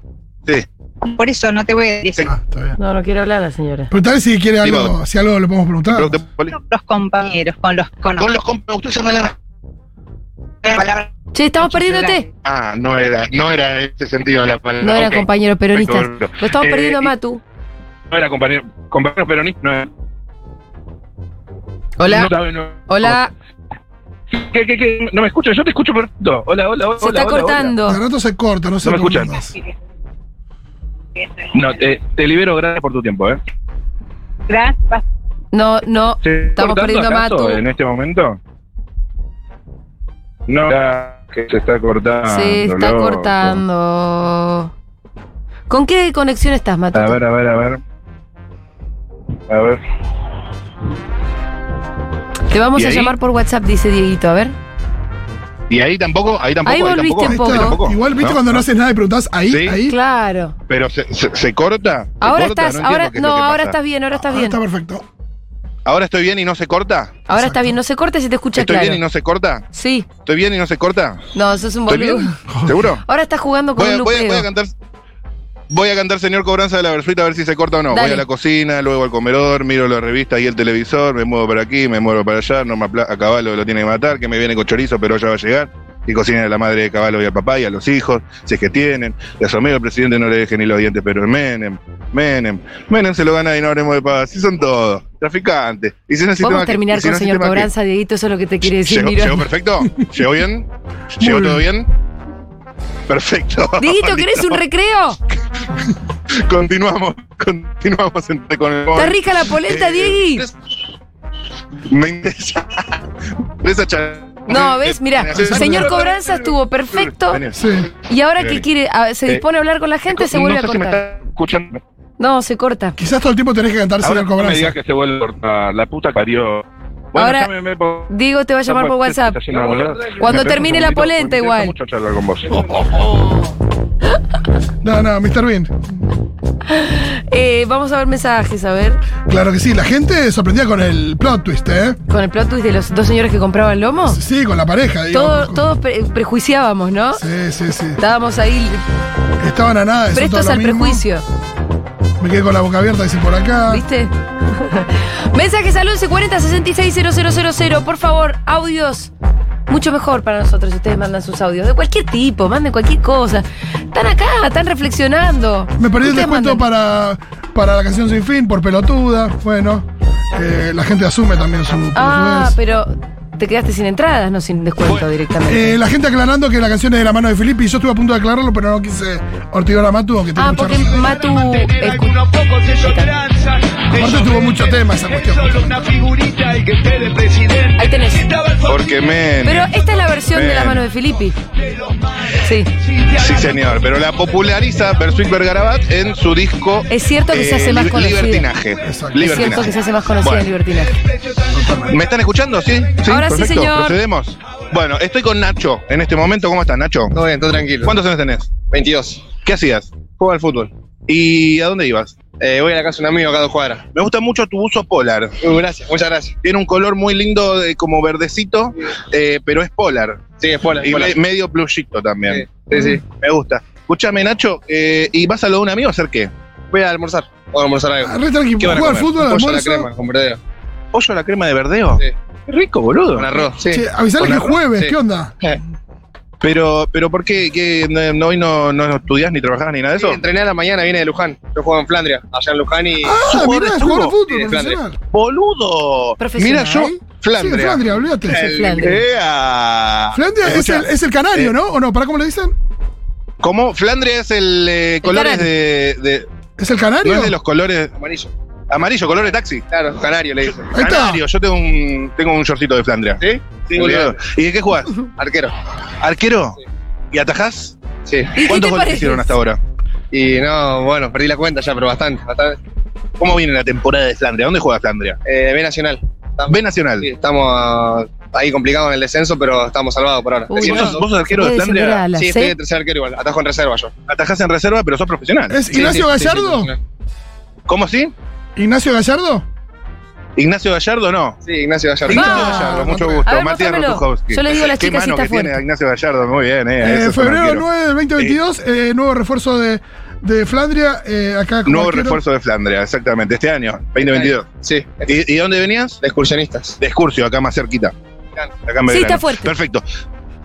Speaker 8: Por eso no te voy a decir
Speaker 2: Ah, está bien.
Speaker 1: No, no quiero hablar la señora.
Speaker 2: Pero tal vez si quiere
Speaker 3: Sí,
Speaker 2: algo,
Speaker 3: vamos.
Speaker 2: si algo le podemos
Speaker 1: Ah.
Speaker 2: preguntar.
Speaker 3: Pero te-
Speaker 8: con los compañeros, con los
Speaker 3: Con
Speaker 8: conocidos.
Speaker 3: los comp- usted se me la-
Speaker 1: Che, estamos perdiéndote.
Speaker 3: Ah, no era, no era ese sentido la palabra.
Speaker 1: No eran
Speaker 3: Ok.
Speaker 1: compañeros peronistas.
Speaker 7: Perfecto.
Speaker 1: Lo estamos
Speaker 7: Eh,
Speaker 1: perdiendo a
Speaker 7: y-
Speaker 1: Matu.
Speaker 7: No era compañero, compañero peronista. No, era-
Speaker 1: Hola,
Speaker 7: No, sabe, no.
Speaker 1: hola.
Speaker 7: ¿Qué, qué, qué? No me escucho, yo te escucho perfecto. Hola, hola, hola.
Speaker 1: Se
Speaker 7: hola,
Speaker 1: está
Speaker 7: hola,
Speaker 1: cortando.
Speaker 2: De rato se corta, no sé.
Speaker 7: No me
Speaker 2: cómo
Speaker 7: escuchan.
Speaker 2: andas.
Speaker 7: hola. No, te, te libero, gracias por tu tiempo, ¿eh?
Speaker 8: Gracias.
Speaker 1: No, no.
Speaker 7: ¿Se está
Speaker 1: Estamos
Speaker 7: cortando
Speaker 1: perdiendo a
Speaker 7: acaso
Speaker 1: Matu.
Speaker 7: en este momento? No, ya que se está cortando.
Speaker 1: Se está
Speaker 7: loco.
Speaker 1: cortando. ¿Con qué conexión estás, Matu?
Speaker 7: A ver, a ver, a ver. A ver.
Speaker 1: Te vamos
Speaker 3: ¿Y
Speaker 1: a
Speaker 3: ahí?
Speaker 1: llamar por WhatsApp, dice Dieguito. A ver.
Speaker 3: Y ahí tampoco, ahí tampoco,
Speaker 1: Ahí
Speaker 3: tampoco.
Speaker 1: volviste
Speaker 2: Ahí
Speaker 1: un
Speaker 2: está.
Speaker 1: poco.
Speaker 2: Igual, viste,
Speaker 3: No,
Speaker 2: cuando no
Speaker 3: no.
Speaker 7: Ah.
Speaker 2: haces nada y preguntás ahí,
Speaker 3: Sí.
Speaker 2: ahí.
Speaker 1: Claro.
Speaker 3: Pero se, se- se corta. ¿Se
Speaker 1: Ahora
Speaker 3: corta?
Speaker 1: estás,
Speaker 3: entiendo
Speaker 1: ahora,
Speaker 3: qué es lo
Speaker 1: no,
Speaker 3: que
Speaker 1: ahora
Speaker 3: pasa.
Speaker 1: estás bien, ahora estás
Speaker 2: Ah,
Speaker 1: bien.
Speaker 2: Está perfecto.
Speaker 3: Ahora estoy bien y no se corta.
Speaker 1: Ahora
Speaker 2: Exacto.
Speaker 1: estás bien, no se corte, se te escucha
Speaker 3: ¿Estoy
Speaker 1: claro.
Speaker 3: bien y no se corta?
Speaker 1: Sí,
Speaker 3: ¿Estoy bien y no se corta?
Speaker 1: no, sos un
Speaker 3: ¿Estoy
Speaker 1: boludo.
Speaker 3: bien? ¿Seguro?
Speaker 1: (laughs) Ahora estás jugando con
Speaker 3: Voy
Speaker 1: un
Speaker 3: a, voy, a,
Speaker 1: lupeo.
Speaker 3: voy a cantar. Voy a cantar Señor Cobranza de la Versuita a ver si se corta o no.
Speaker 1: Dale.
Speaker 3: Voy a la cocina, luego al comedor, miro la revista y el televisor, me muevo para aquí, me muevo para allá, no me apla- a caballo lo tiene que matar, que me viene con chorizo, pero ya va a llegar. Y cocina a la madre de caballo y al papá y a los hijos, si es que tienen. Le asomé al presidente, no le deje ni los dientes, pero es Menem, Menem. Menem se lo gana y no hablemos de paz. Si son todos, traficantes. Y si no hay sistema
Speaker 1: Podemos
Speaker 3: que-
Speaker 1: terminar
Speaker 3: y si
Speaker 1: con
Speaker 3: no hay
Speaker 1: señor
Speaker 3: sistema que-
Speaker 1: Cobranza, Dieguito, eso es lo que te
Speaker 3: (laughs)
Speaker 1: quiere decir,
Speaker 3: ¿Llegó,
Speaker 1: Miró.
Speaker 3: llegó perfecto? ¿Llegó bien? ¿Llegó
Speaker 2: Muy
Speaker 3: todo bien? Perfecto. (laughs)
Speaker 1: Dieguito, ¿querés un recreo?
Speaker 3: Continuamos, continuamos en- con el
Speaker 1: ¿Está rica la polenta,
Speaker 3: Eh,
Speaker 1: Diegui?
Speaker 3: ¿crees- Me interesa. (laughs) me interesa charlar.
Speaker 1: No, ¿ves? Mirá,
Speaker 3: Sí, sí,
Speaker 1: señor
Speaker 3: sí.
Speaker 1: Cobranza estuvo perfecto
Speaker 3: Vení.
Speaker 2: Sí.
Speaker 1: y ahora que
Speaker 3: Vení.
Speaker 1: quiere, a- se dispone a hablar con la gente, Este se vuelve
Speaker 7: no
Speaker 1: a
Speaker 7: sé si me
Speaker 1: cortar.
Speaker 7: está escuchando.
Speaker 1: No, se corta.
Speaker 2: Quizás todo el tiempo tenés que cantar
Speaker 7: Ahora
Speaker 2: Señor
Speaker 7: no me digas
Speaker 2: Cobranza.
Speaker 7: que se vuelve a cortar. La puta que parió.
Speaker 1: Ahora-
Speaker 7: llámeme por-
Speaker 1: Diego te va a llamar por WhatsApp. Cuando
Speaker 7: Me
Speaker 1: termine
Speaker 7: parece
Speaker 1: la polenta,
Speaker 7: un segundito, me interesa
Speaker 1: igual.
Speaker 7: mucho charlar con vos.
Speaker 2: No, no, Mr. Bean.
Speaker 1: Eh, vamos a ver mensajes, a ver.
Speaker 2: Claro que sí, la gente sorprendida con el plot twist, ¿eh?
Speaker 1: Con el plot twist de los dos señores que compraban lomo.
Speaker 2: Sí, con la pareja, digo.
Speaker 1: Oh. Todo- todos pre- prejuiciábamos, ¿no?
Speaker 2: Sí, sí, sí.
Speaker 1: Estábamos ahí
Speaker 2: Estaban a nada de ser
Speaker 1: prestos
Speaker 2: todo lo
Speaker 1: al
Speaker 2: mismo.
Speaker 1: prejuicio,
Speaker 2: Me quedé con la boca abierta, dicen por acá.
Speaker 1: ¿viste? (laughs) Mensajes al 11 40 66 000, por favor, audios. Mucho mejor para nosotros si ustedes mandan sus audios. De cualquier tipo, manden cualquier cosa. Están acá, están reflexionando.
Speaker 2: Me perdí el
Speaker 1: Ustedes
Speaker 2: descuento
Speaker 1: mandan.
Speaker 2: para para la canción Sin Fin, por pelotuda. Bueno, eh, la gente asume también su
Speaker 1: Ah,
Speaker 2: pelotudez.
Speaker 1: pero te quedaste sin entradas, no sin descuento
Speaker 3: Bueno,
Speaker 1: directamente.
Speaker 2: Eh, la gente aclarando que la canción es de la mano de Felipe y yo estuve a punto de aclararlo, pero no quise Ortigola Matu, aunque tiene
Speaker 1: ah,
Speaker 2: mucha
Speaker 1: porque
Speaker 2: razón.
Speaker 1: Matu.
Speaker 9: Mantener
Speaker 1: escu-
Speaker 9: algunos pocos ellos
Speaker 1: Está.
Speaker 9: tranzan.
Speaker 2: Aparte
Speaker 9: Ellos
Speaker 2: tuvo mucho
Speaker 9: venden.
Speaker 2: tema esa cuestión. Ah,
Speaker 9: Es solo una figurita y que esté de presidente.
Speaker 1: Ahí tenés.
Speaker 9: Si estaba el
Speaker 3: Porque, men.
Speaker 1: Pero esta es la versión de la
Speaker 3: Bien.
Speaker 1: mano de Filippi. Sí.
Speaker 3: Sí, señor. Pero la populariza Bersuit Bergarabat en su disco.
Speaker 1: Es cierto que se hace más
Speaker 3: li-
Speaker 1: conocida.
Speaker 3: Libertinaje.
Speaker 2: Exacto.
Speaker 1: Es cierto que se hace más conocida
Speaker 3: Eh, Bueno.
Speaker 1: en libertinaje.
Speaker 3: ¿Me están escuchando? ¿Sí? ¿Sí?
Speaker 1: Ahora sí,
Speaker 3: Perfecto.
Speaker 1: señor.
Speaker 3: Procedemos. Bueno, estoy con Nacho en este momento. ¿Cómo estás, Nacho?
Speaker 4: Todo bien, todo tranquilo.
Speaker 3: ¿Cuántos años tenés?
Speaker 4: 22.
Speaker 3: ¿Qué hacías?
Speaker 4: Juego al fútbol.
Speaker 3: ¿Y a dónde ibas?
Speaker 4: Eh, voy a la casa de un amigo cada cuadra.
Speaker 3: Me gusta mucho tu uso polar.
Speaker 4: Uh, gracias, muchas gracias.
Speaker 3: Tiene un color muy lindo, de, como verdecito, eh, pero es polar.
Speaker 4: Sí, es pola,
Speaker 3: Y
Speaker 4: pola.
Speaker 3: me- medio blushito también.
Speaker 4: Sí, sí.
Speaker 3: Me gusta. Escúchame, Nacho, eh, ¿y vas a lo de un amigo a hacer qué?
Speaker 4: Voy a almorzar. Voy a almorzar algo.
Speaker 2: Ah, Re tranqui,
Speaker 4: ¿Qué van a
Speaker 2: juega al fútbol,
Speaker 4: comer? Pollo a la
Speaker 2: almuerzo.
Speaker 4: crema, con verdeo.
Speaker 3: ¿Pollo a la crema de verdeo?
Speaker 4: Sí.
Speaker 3: Qué rico, boludo.
Speaker 4: Con arroz, sí.
Speaker 2: Che, avisale que
Speaker 4: Hola.
Speaker 2: es jueves,
Speaker 4: Sí.
Speaker 2: ¿qué onda?
Speaker 3: Pero, pero ¿por qué? ¿Qué? no, no- hoy no, no estudias ni trabajas ni nada de
Speaker 4: Sí,
Speaker 3: eso?
Speaker 4: Entrené a la mañana, viene de Luján. Yo juego en Flandria, allá en Luján y...
Speaker 2: Ah,
Speaker 3: jugador
Speaker 2: mirá,
Speaker 3: de
Speaker 2: es jugador de
Speaker 3: fútbol.
Speaker 2: fútbol
Speaker 4: Sí, de Flandria.
Speaker 2: profesional.
Speaker 3: ¡Boludo!
Speaker 1: Profesional.
Speaker 3: Mira, yo,
Speaker 2: Sí, de
Speaker 3: Flandria.
Speaker 2: Flandria, olvídate.
Speaker 1: Sí, Flandria.
Speaker 3: ¡Ea!
Speaker 2: Flandria es
Speaker 3: Escuchá,
Speaker 2: el, es el canario,
Speaker 3: eh,
Speaker 2: ¿no? ¿O no? ¿Para cómo le dicen?
Speaker 3: ¿Cómo? Flandria es el eh, colores
Speaker 1: canario.
Speaker 3: de, de-
Speaker 2: ¿Es el
Speaker 3: ¿No
Speaker 2: canario?
Speaker 3: es de los colores
Speaker 4: Amarillo.
Speaker 3: amarillo, colores taxi?
Speaker 4: Claro, canario le dicen.
Speaker 2: Ahí está.
Speaker 3: Canario, yo tengo un, tengo un shortcito de Flandria.
Speaker 4: ¿Sí? Sí,
Speaker 3: Olvidado.
Speaker 4: boludo.
Speaker 3: ¿Y de qué jugás?
Speaker 4: (laughs) Arquero.
Speaker 3: ¿Arquero? ¿Y atajás?
Speaker 4: Sí.
Speaker 1: ¿Y qué te
Speaker 3: ¿Cuántos goles
Speaker 1: parece?
Speaker 3: hicieron hasta ahora?
Speaker 4: Y no, bueno, perdí la cuenta ya, pero bastante. bastante.
Speaker 3: ¿Cómo viene la temporada de Flandria? ¿Dónde juega Flandria?
Speaker 4: Eh, B Nacional.
Speaker 3: B Nacional.
Speaker 4: Sí, estamos ah, ahí complicados en el descenso, pero estamos salvados por ahora.
Speaker 1: Uy,
Speaker 3: ¿Vos,
Speaker 4: Decimos,
Speaker 3: sos, vos sos arquero de
Speaker 1: Puede descender
Speaker 3: Flandria?
Speaker 1: a las
Speaker 4: sí, estoy de
Speaker 1: seis.
Speaker 4: tercer arquero igual. Atajo en reserva yo.
Speaker 3: Atajás en reserva, pero sos profesional.
Speaker 2: ¿Es Ignacio
Speaker 4: Sí, sí, sí,
Speaker 2: Gallardo?
Speaker 4: sí, sí,
Speaker 3: ¿Cómo sí?
Speaker 2: ¿Ignacio Gallardo?
Speaker 3: Ignacio Gallardo no.
Speaker 4: sí, Ignacio Gallardo.
Speaker 3: Ignacio
Speaker 1: Ah.
Speaker 3: Gallardo, mucho
Speaker 2: A
Speaker 3: gusto.
Speaker 1: ver,
Speaker 3: Matías
Speaker 1: mostrámelo.
Speaker 3: Rotujowski.
Speaker 1: Yo le digo a las
Speaker 3: Qué
Speaker 1: chicas si
Speaker 3: mano
Speaker 1: está
Speaker 3: que tiene
Speaker 1: fuerte.
Speaker 3: Ignacio Gallardo, muy bien, eh.
Speaker 2: Eh,
Speaker 3: eso es un
Speaker 2: febrero
Speaker 3: arquero.
Speaker 2: 9 del 2022, eh, nuevo refuerzo de, de Flandria. eh, acá como
Speaker 3: Nuevo
Speaker 2: arquero.
Speaker 3: refuerzo de Flandria, exactamente, este año, 2022.
Speaker 4: Sí, de
Speaker 3: ¿Y, y dónde venías?
Speaker 4: excursionistas.
Speaker 3: De Excursio, acá más cerquita. Acá en
Speaker 1: Sí,
Speaker 3: Belgrano.
Speaker 1: está fuerte.
Speaker 3: Perfecto.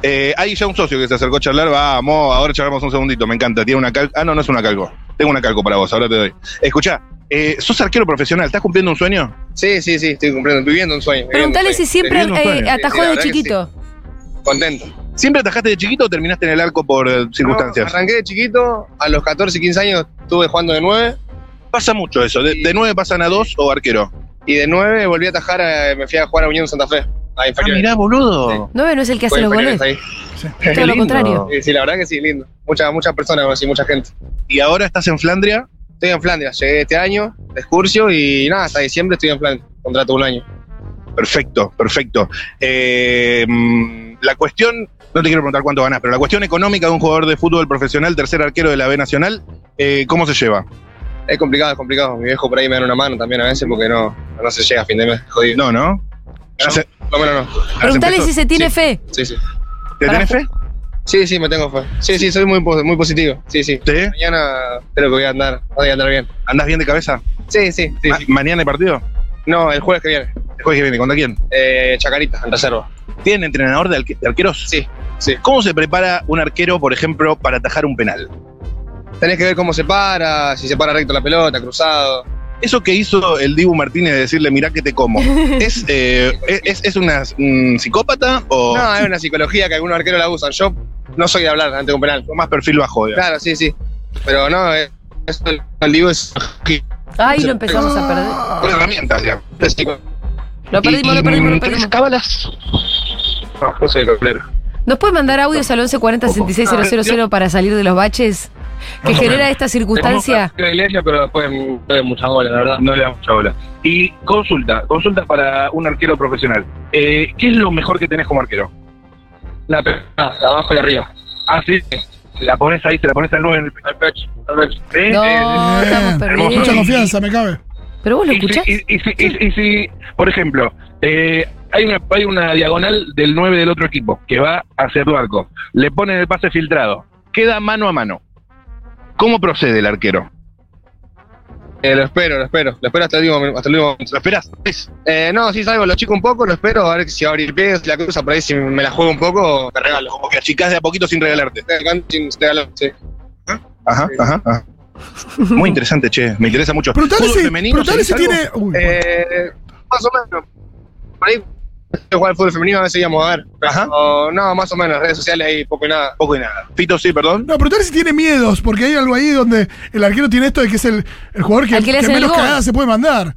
Speaker 3: Eh, hay ya un socio que se acercó a charlar. Vamos, ahora charlamos un segundito, me encanta. Tiene una calco. Ah, no, no es una calco. Tengo una calco para vos, ahora te doy. Escuchá, eh, sos arquero profesional, ¿estás cumpliendo un sueño?
Speaker 4: Sí, sí, sí, estoy cumpliendo, viviendo un sueño. viviendo
Speaker 1: Preguntale
Speaker 4: un
Speaker 1: si
Speaker 4: sueño.
Speaker 1: siempre
Speaker 3: Bien, Antonio.
Speaker 1: eh,
Speaker 4: Sí,
Speaker 1: atajó
Speaker 4: la
Speaker 1: de
Speaker 4: verdad que
Speaker 1: chiquito.
Speaker 4: Sí, contento.
Speaker 3: ¿Siempre atajaste de chiquito o terminaste en el arco por eh, circunstancias?
Speaker 4: No, arranqué de chiquito, a los 14, 15 años estuve jugando de 9
Speaker 3: Pasa mucho eso. De,
Speaker 4: Sí.
Speaker 3: de nueve pasan a dos o arquero.
Speaker 4: y de 9 volví a atajar, a- me fui a jugar a Unión Santa Fe, a
Speaker 1: Ah,
Speaker 4: inferiores.
Speaker 3: boludo.
Speaker 1: No, no es el que hace
Speaker 4: Jugué
Speaker 1: los
Speaker 4: inferiores
Speaker 1: goles.
Speaker 4: ahí. (laughs)
Speaker 1: Todo lo
Speaker 3: lindo.
Speaker 1: contrario.
Speaker 4: Sí, sí, la verdad que sí, lindo. Muchas muchas personas conocí, mucha gente.
Speaker 3: ¿Y ahora estás en Flandria?
Speaker 4: Estoy en Flandria, llegué este año de excursio y nada, hasta diciembre estoy en Flandria, contrato un año.
Speaker 3: Perfecto, perfecto. Eh, mm, la cuestión, no te quiero preguntar cuánto ganás, pero la cuestión económica de un jugador de fútbol profesional, tercer arquero de la B Nacional, eh, ¿cómo se lleva?
Speaker 4: Es complicado, es complicado. Mi viejo por ahí me da una mano también a veces porque no, no se llega a fin de mes, jodido.
Speaker 3: No, ¿no? Ya se-
Speaker 4: No, no, no, no.
Speaker 1: Preguntale si se tiene
Speaker 4: Sí.
Speaker 1: fe.
Speaker 4: Sí, sí.
Speaker 3: ¿Te
Speaker 1: Para-
Speaker 3: tenés fe?
Speaker 4: Sí, sí, me tengo fe. Sí, sí, soy muy, po- muy positivo. Sí, sí.
Speaker 3: ¿Sí?
Speaker 4: Mañana creo que voy a andar, voy a andar bien.
Speaker 3: ¿Andás bien de cabeza?
Speaker 4: Sí, sí, sí.
Speaker 3: Ma-
Speaker 4: sí.
Speaker 3: ¿Mañana hay partido?
Speaker 4: No, el jueves que viene.
Speaker 3: ¿El jueves que viene? ¿Contra quién?
Speaker 4: Eh, Chacarita, en reserva.
Speaker 3: ¿Tienen entrenador de, arque- de arqueros?
Speaker 4: Sí, sí.
Speaker 3: ¿Cómo se prepara un arquero, por ejemplo, para atajar un penal?
Speaker 4: Tenés que ver cómo se para, si se para recto la pelota, cruzado.
Speaker 3: Eso que hizo el Dibu Martínez de decirle, mirá que te
Speaker 1: (laughs)
Speaker 3: como, ¿es, eh, es, es una mm, psicópata o
Speaker 4: No, es una psicología que algunos arqueros la usan. Yo no soy de hablar ante un penal.
Speaker 3: más perfil bajo? digamos?
Speaker 4: Claro, sí, sí. Pero no, eh, eso el libro es
Speaker 1: Ay, lo empezamos a perder.
Speaker 2: Ah,
Speaker 3: Con herramientas, digamos.
Speaker 4: es psico-
Speaker 1: Lo perdimos, lo perdimos, lo perdimos.
Speaker 9: cábalas. No, no soy calculero.
Speaker 1: ¿Nos puede mandar audios al 1140 000 para salir de los baches que genera esta circunstancia?
Speaker 9: Conozco a la iglesia, pero después no de mucha bola, la verdad.
Speaker 7: No le da mucha bola. Y consulta, consulta para un arquero profesional. Eh, ¿Qué es lo mejor que tenés como arquero?
Speaker 9: La pelota, abajo y arriba.
Speaker 7: Ah, sí. La pones ahí, te la pones al 9 en el
Speaker 9: Al pecho, al pecho.
Speaker 7: ¿Eh?
Speaker 1: No,
Speaker 2: eh,
Speaker 1: estamos
Speaker 2: Mucha
Speaker 1: perdiendo.
Speaker 2: confianza, me cabe.
Speaker 1: ¿Pero vos lo
Speaker 7: Y si,
Speaker 1: escuchás?
Speaker 7: y- y si- y- y si, por ejemplo, eh, hay, una, hay una diagonal del 9 del otro equipo que va hacia tu arco, le ponen el pase filtrado, queda mano a mano. ¿Cómo procede el arquero?
Speaker 4: Eh, lo espero, lo espero. Lo espero hasta el último. Hasta el último.
Speaker 3: ¿Lo esperás?
Speaker 4: Eh, no, sí, salgo, lo chico un poco, lo espero. A ver si va a abrir pie, si la cruza por ahí, si me la juego un poco, me regalo.
Speaker 3: Como que achicás de a poquito sin regalarte.
Speaker 4: Sin regalar, sí.
Speaker 3: Ajá, ajá, ajá. Muy interesante, che. Me interesa mucho.
Speaker 2: Preguntale
Speaker 3: Fútbol
Speaker 2: si,
Speaker 3: femenino,
Speaker 2: preguntale si
Speaker 3: ¿seguís algo?
Speaker 2: tiene. Uy,
Speaker 4: Eh, más o menos. Por ahí, jugar al fútbol femenino a veces íbamos a ver.
Speaker 3: Ajá.
Speaker 4: O, no, más o menos, redes sociales ahí poco y nada.
Speaker 3: Poco y nada. Fito, sí, perdón.
Speaker 2: No, preguntale si tiene miedos, porque hay algo ahí donde el arquero tiene esto de que es el, el jugador que,
Speaker 1: Al que le
Speaker 2: que
Speaker 1: hacen el
Speaker 2: menos
Speaker 1: gol.
Speaker 2: cagada se puede mandar.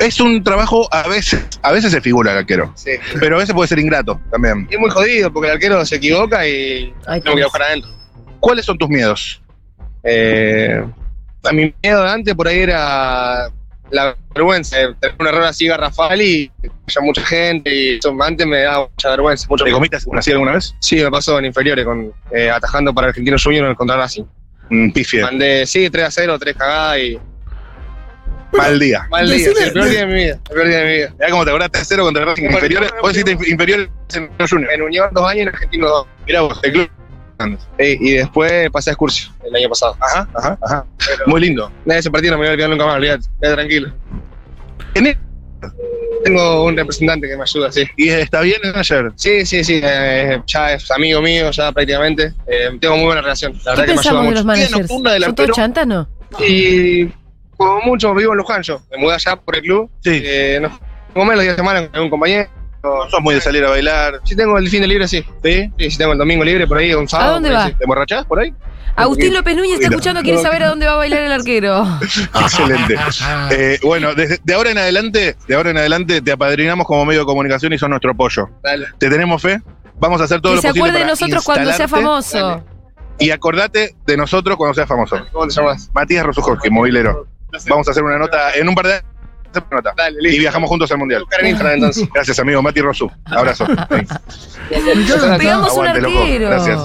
Speaker 3: Es un trabajo a veces, a veces se figura el arquero,
Speaker 4: Sí.
Speaker 3: pero a veces puede ser ingrato también.
Speaker 4: Y es muy jodido porque el arquero se equivoca y
Speaker 1: Ay,
Speaker 4: tengo que buscar adentro.
Speaker 3: ¿Cuáles son tus miedos?
Speaker 4: Eh, a mi miedo de antes por ahí era la vergüenza, de tener un error así garrafal y que haya mucha gente y eso antes me daba mucha vergüenza. Mucho
Speaker 3: ¿Te comiste así alguna vez?
Speaker 4: Sí, me pasó en inferiores con eh, atajando para Argentino Junior contra Racing.
Speaker 3: Mm, pifie. Mal,
Speaker 4: Mandé, sí, 3 a 0, 3 cagadas y
Speaker 3: día.
Speaker 4: mal día.
Speaker 2: Decile-
Speaker 4: el peor
Speaker 2: de-
Speaker 4: día de mi vida, el peor día de mi vida.
Speaker 3: Mirá cómo te acordaste de cero contra Racing
Speaker 4: Bueno,
Speaker 3: Inferiores.
Speaker 4: no,
Speaker 3: Vos hiciste
Speaker 4: no,
Speaker 3: inf- inferiores en Junior.
Speaker 4: En Unión dos años, en Argentino dos.
Speaker 3: Mirá vos, el club.
Speaker 4: Sí, y después pasé a Excursio el año pasado.
Speaker 3: Ajá, ajá, ajá. Muy lindo.
Speaker 4: Nada, Ese partido no me voy a olvidar nunca más, olvidate, quédate tranquilo.
Speaker 3: ¿Tenés-
Speaker 4: Tengo un representante que me ayuda, sí.
Speaker 3: ¿Y está bien ayer?
Speaker 4: Sí, sí, sí, eh, ya es amigo mío, ya prácticamente. Eh, tengo muy buena relación, la
Speaker 1: ¿Qué
Speaker 4: verdad que me ayuda
Speaker 1: pensamos de
Speaker 4: mucho.
Speaker 1: los managers?
Speaker 3: nocturna del
Speaker 1: ¿Son todos
Speaker 3: arquero.
Speaker 1: chantas, no?
Speaker 4: Y como mucho vivo en Luján yo, me mudé allá por el club.
Speaker 3: Sí.
Speaker 4: Eh, no, como los días de semana con algún compañero.
Speaker 3: No sos muy de salir a bailar.
Speaker 4: Si tengo el fin de libre, sí. Sí, sí, si tengo el domingo libre por ahí, un sábado.
Speaker 1: dónde
Speaker 4: por ahí,
Speaker 1: va?
Speaker 4: sí.
Speaker 3: ¿Te emborrachás por ahí?
Speaker 1: Agustín López Núñez está
Speaker 3: Mira.
Speaker 1: escuchando, quiere saber a dónde va a bailar el arquero.
Speaker 3: (laughs) Excelente. Eh, bueno, desde, de ahora en adelante, de ahora en adelante te apadrinamos como medio de comunicación y son nuestro apoyo.
Speaker 4: Dale.
Speaker 3: ¿Te tenemos fe? Vamos a hacer todo
Speaker 1: Que
Speaker 3: lo
Speaker 1: se
Speaker 3: posible.
Speaker 1: acuerde de
Speaker 3: para
Speaker 1: nosotros cuando sea
Speaker 3: instalarte
Speaker 1: famoso.
Speaker 3: Y acordate de nosotros cuando seas famoso.
Speaker 4: ¿Cómo te llamas?
Speaker 3: Matías Rosujowski, movilero. Vamos a hacer una nota en un par de años, hacemos una nota.
Speaker 4: Dale,
Speaker 3: Y
Speaker 4: listo.
Speaker 3: viajamos juntos al mundial.
Speaker 4: Buscar en Instagram entonces.
Speaker 3: Gracias, amigo. Mati Rosu.
Speaker 1: (laughs)
Speaker 3: Abrazo. Sí.
Speaker 2: Ricardo,
Speaker 1: Pegamos un
Speaker 3: Aguante, loco.
Speaker 1: arquero.
Speaker 3: Gracias.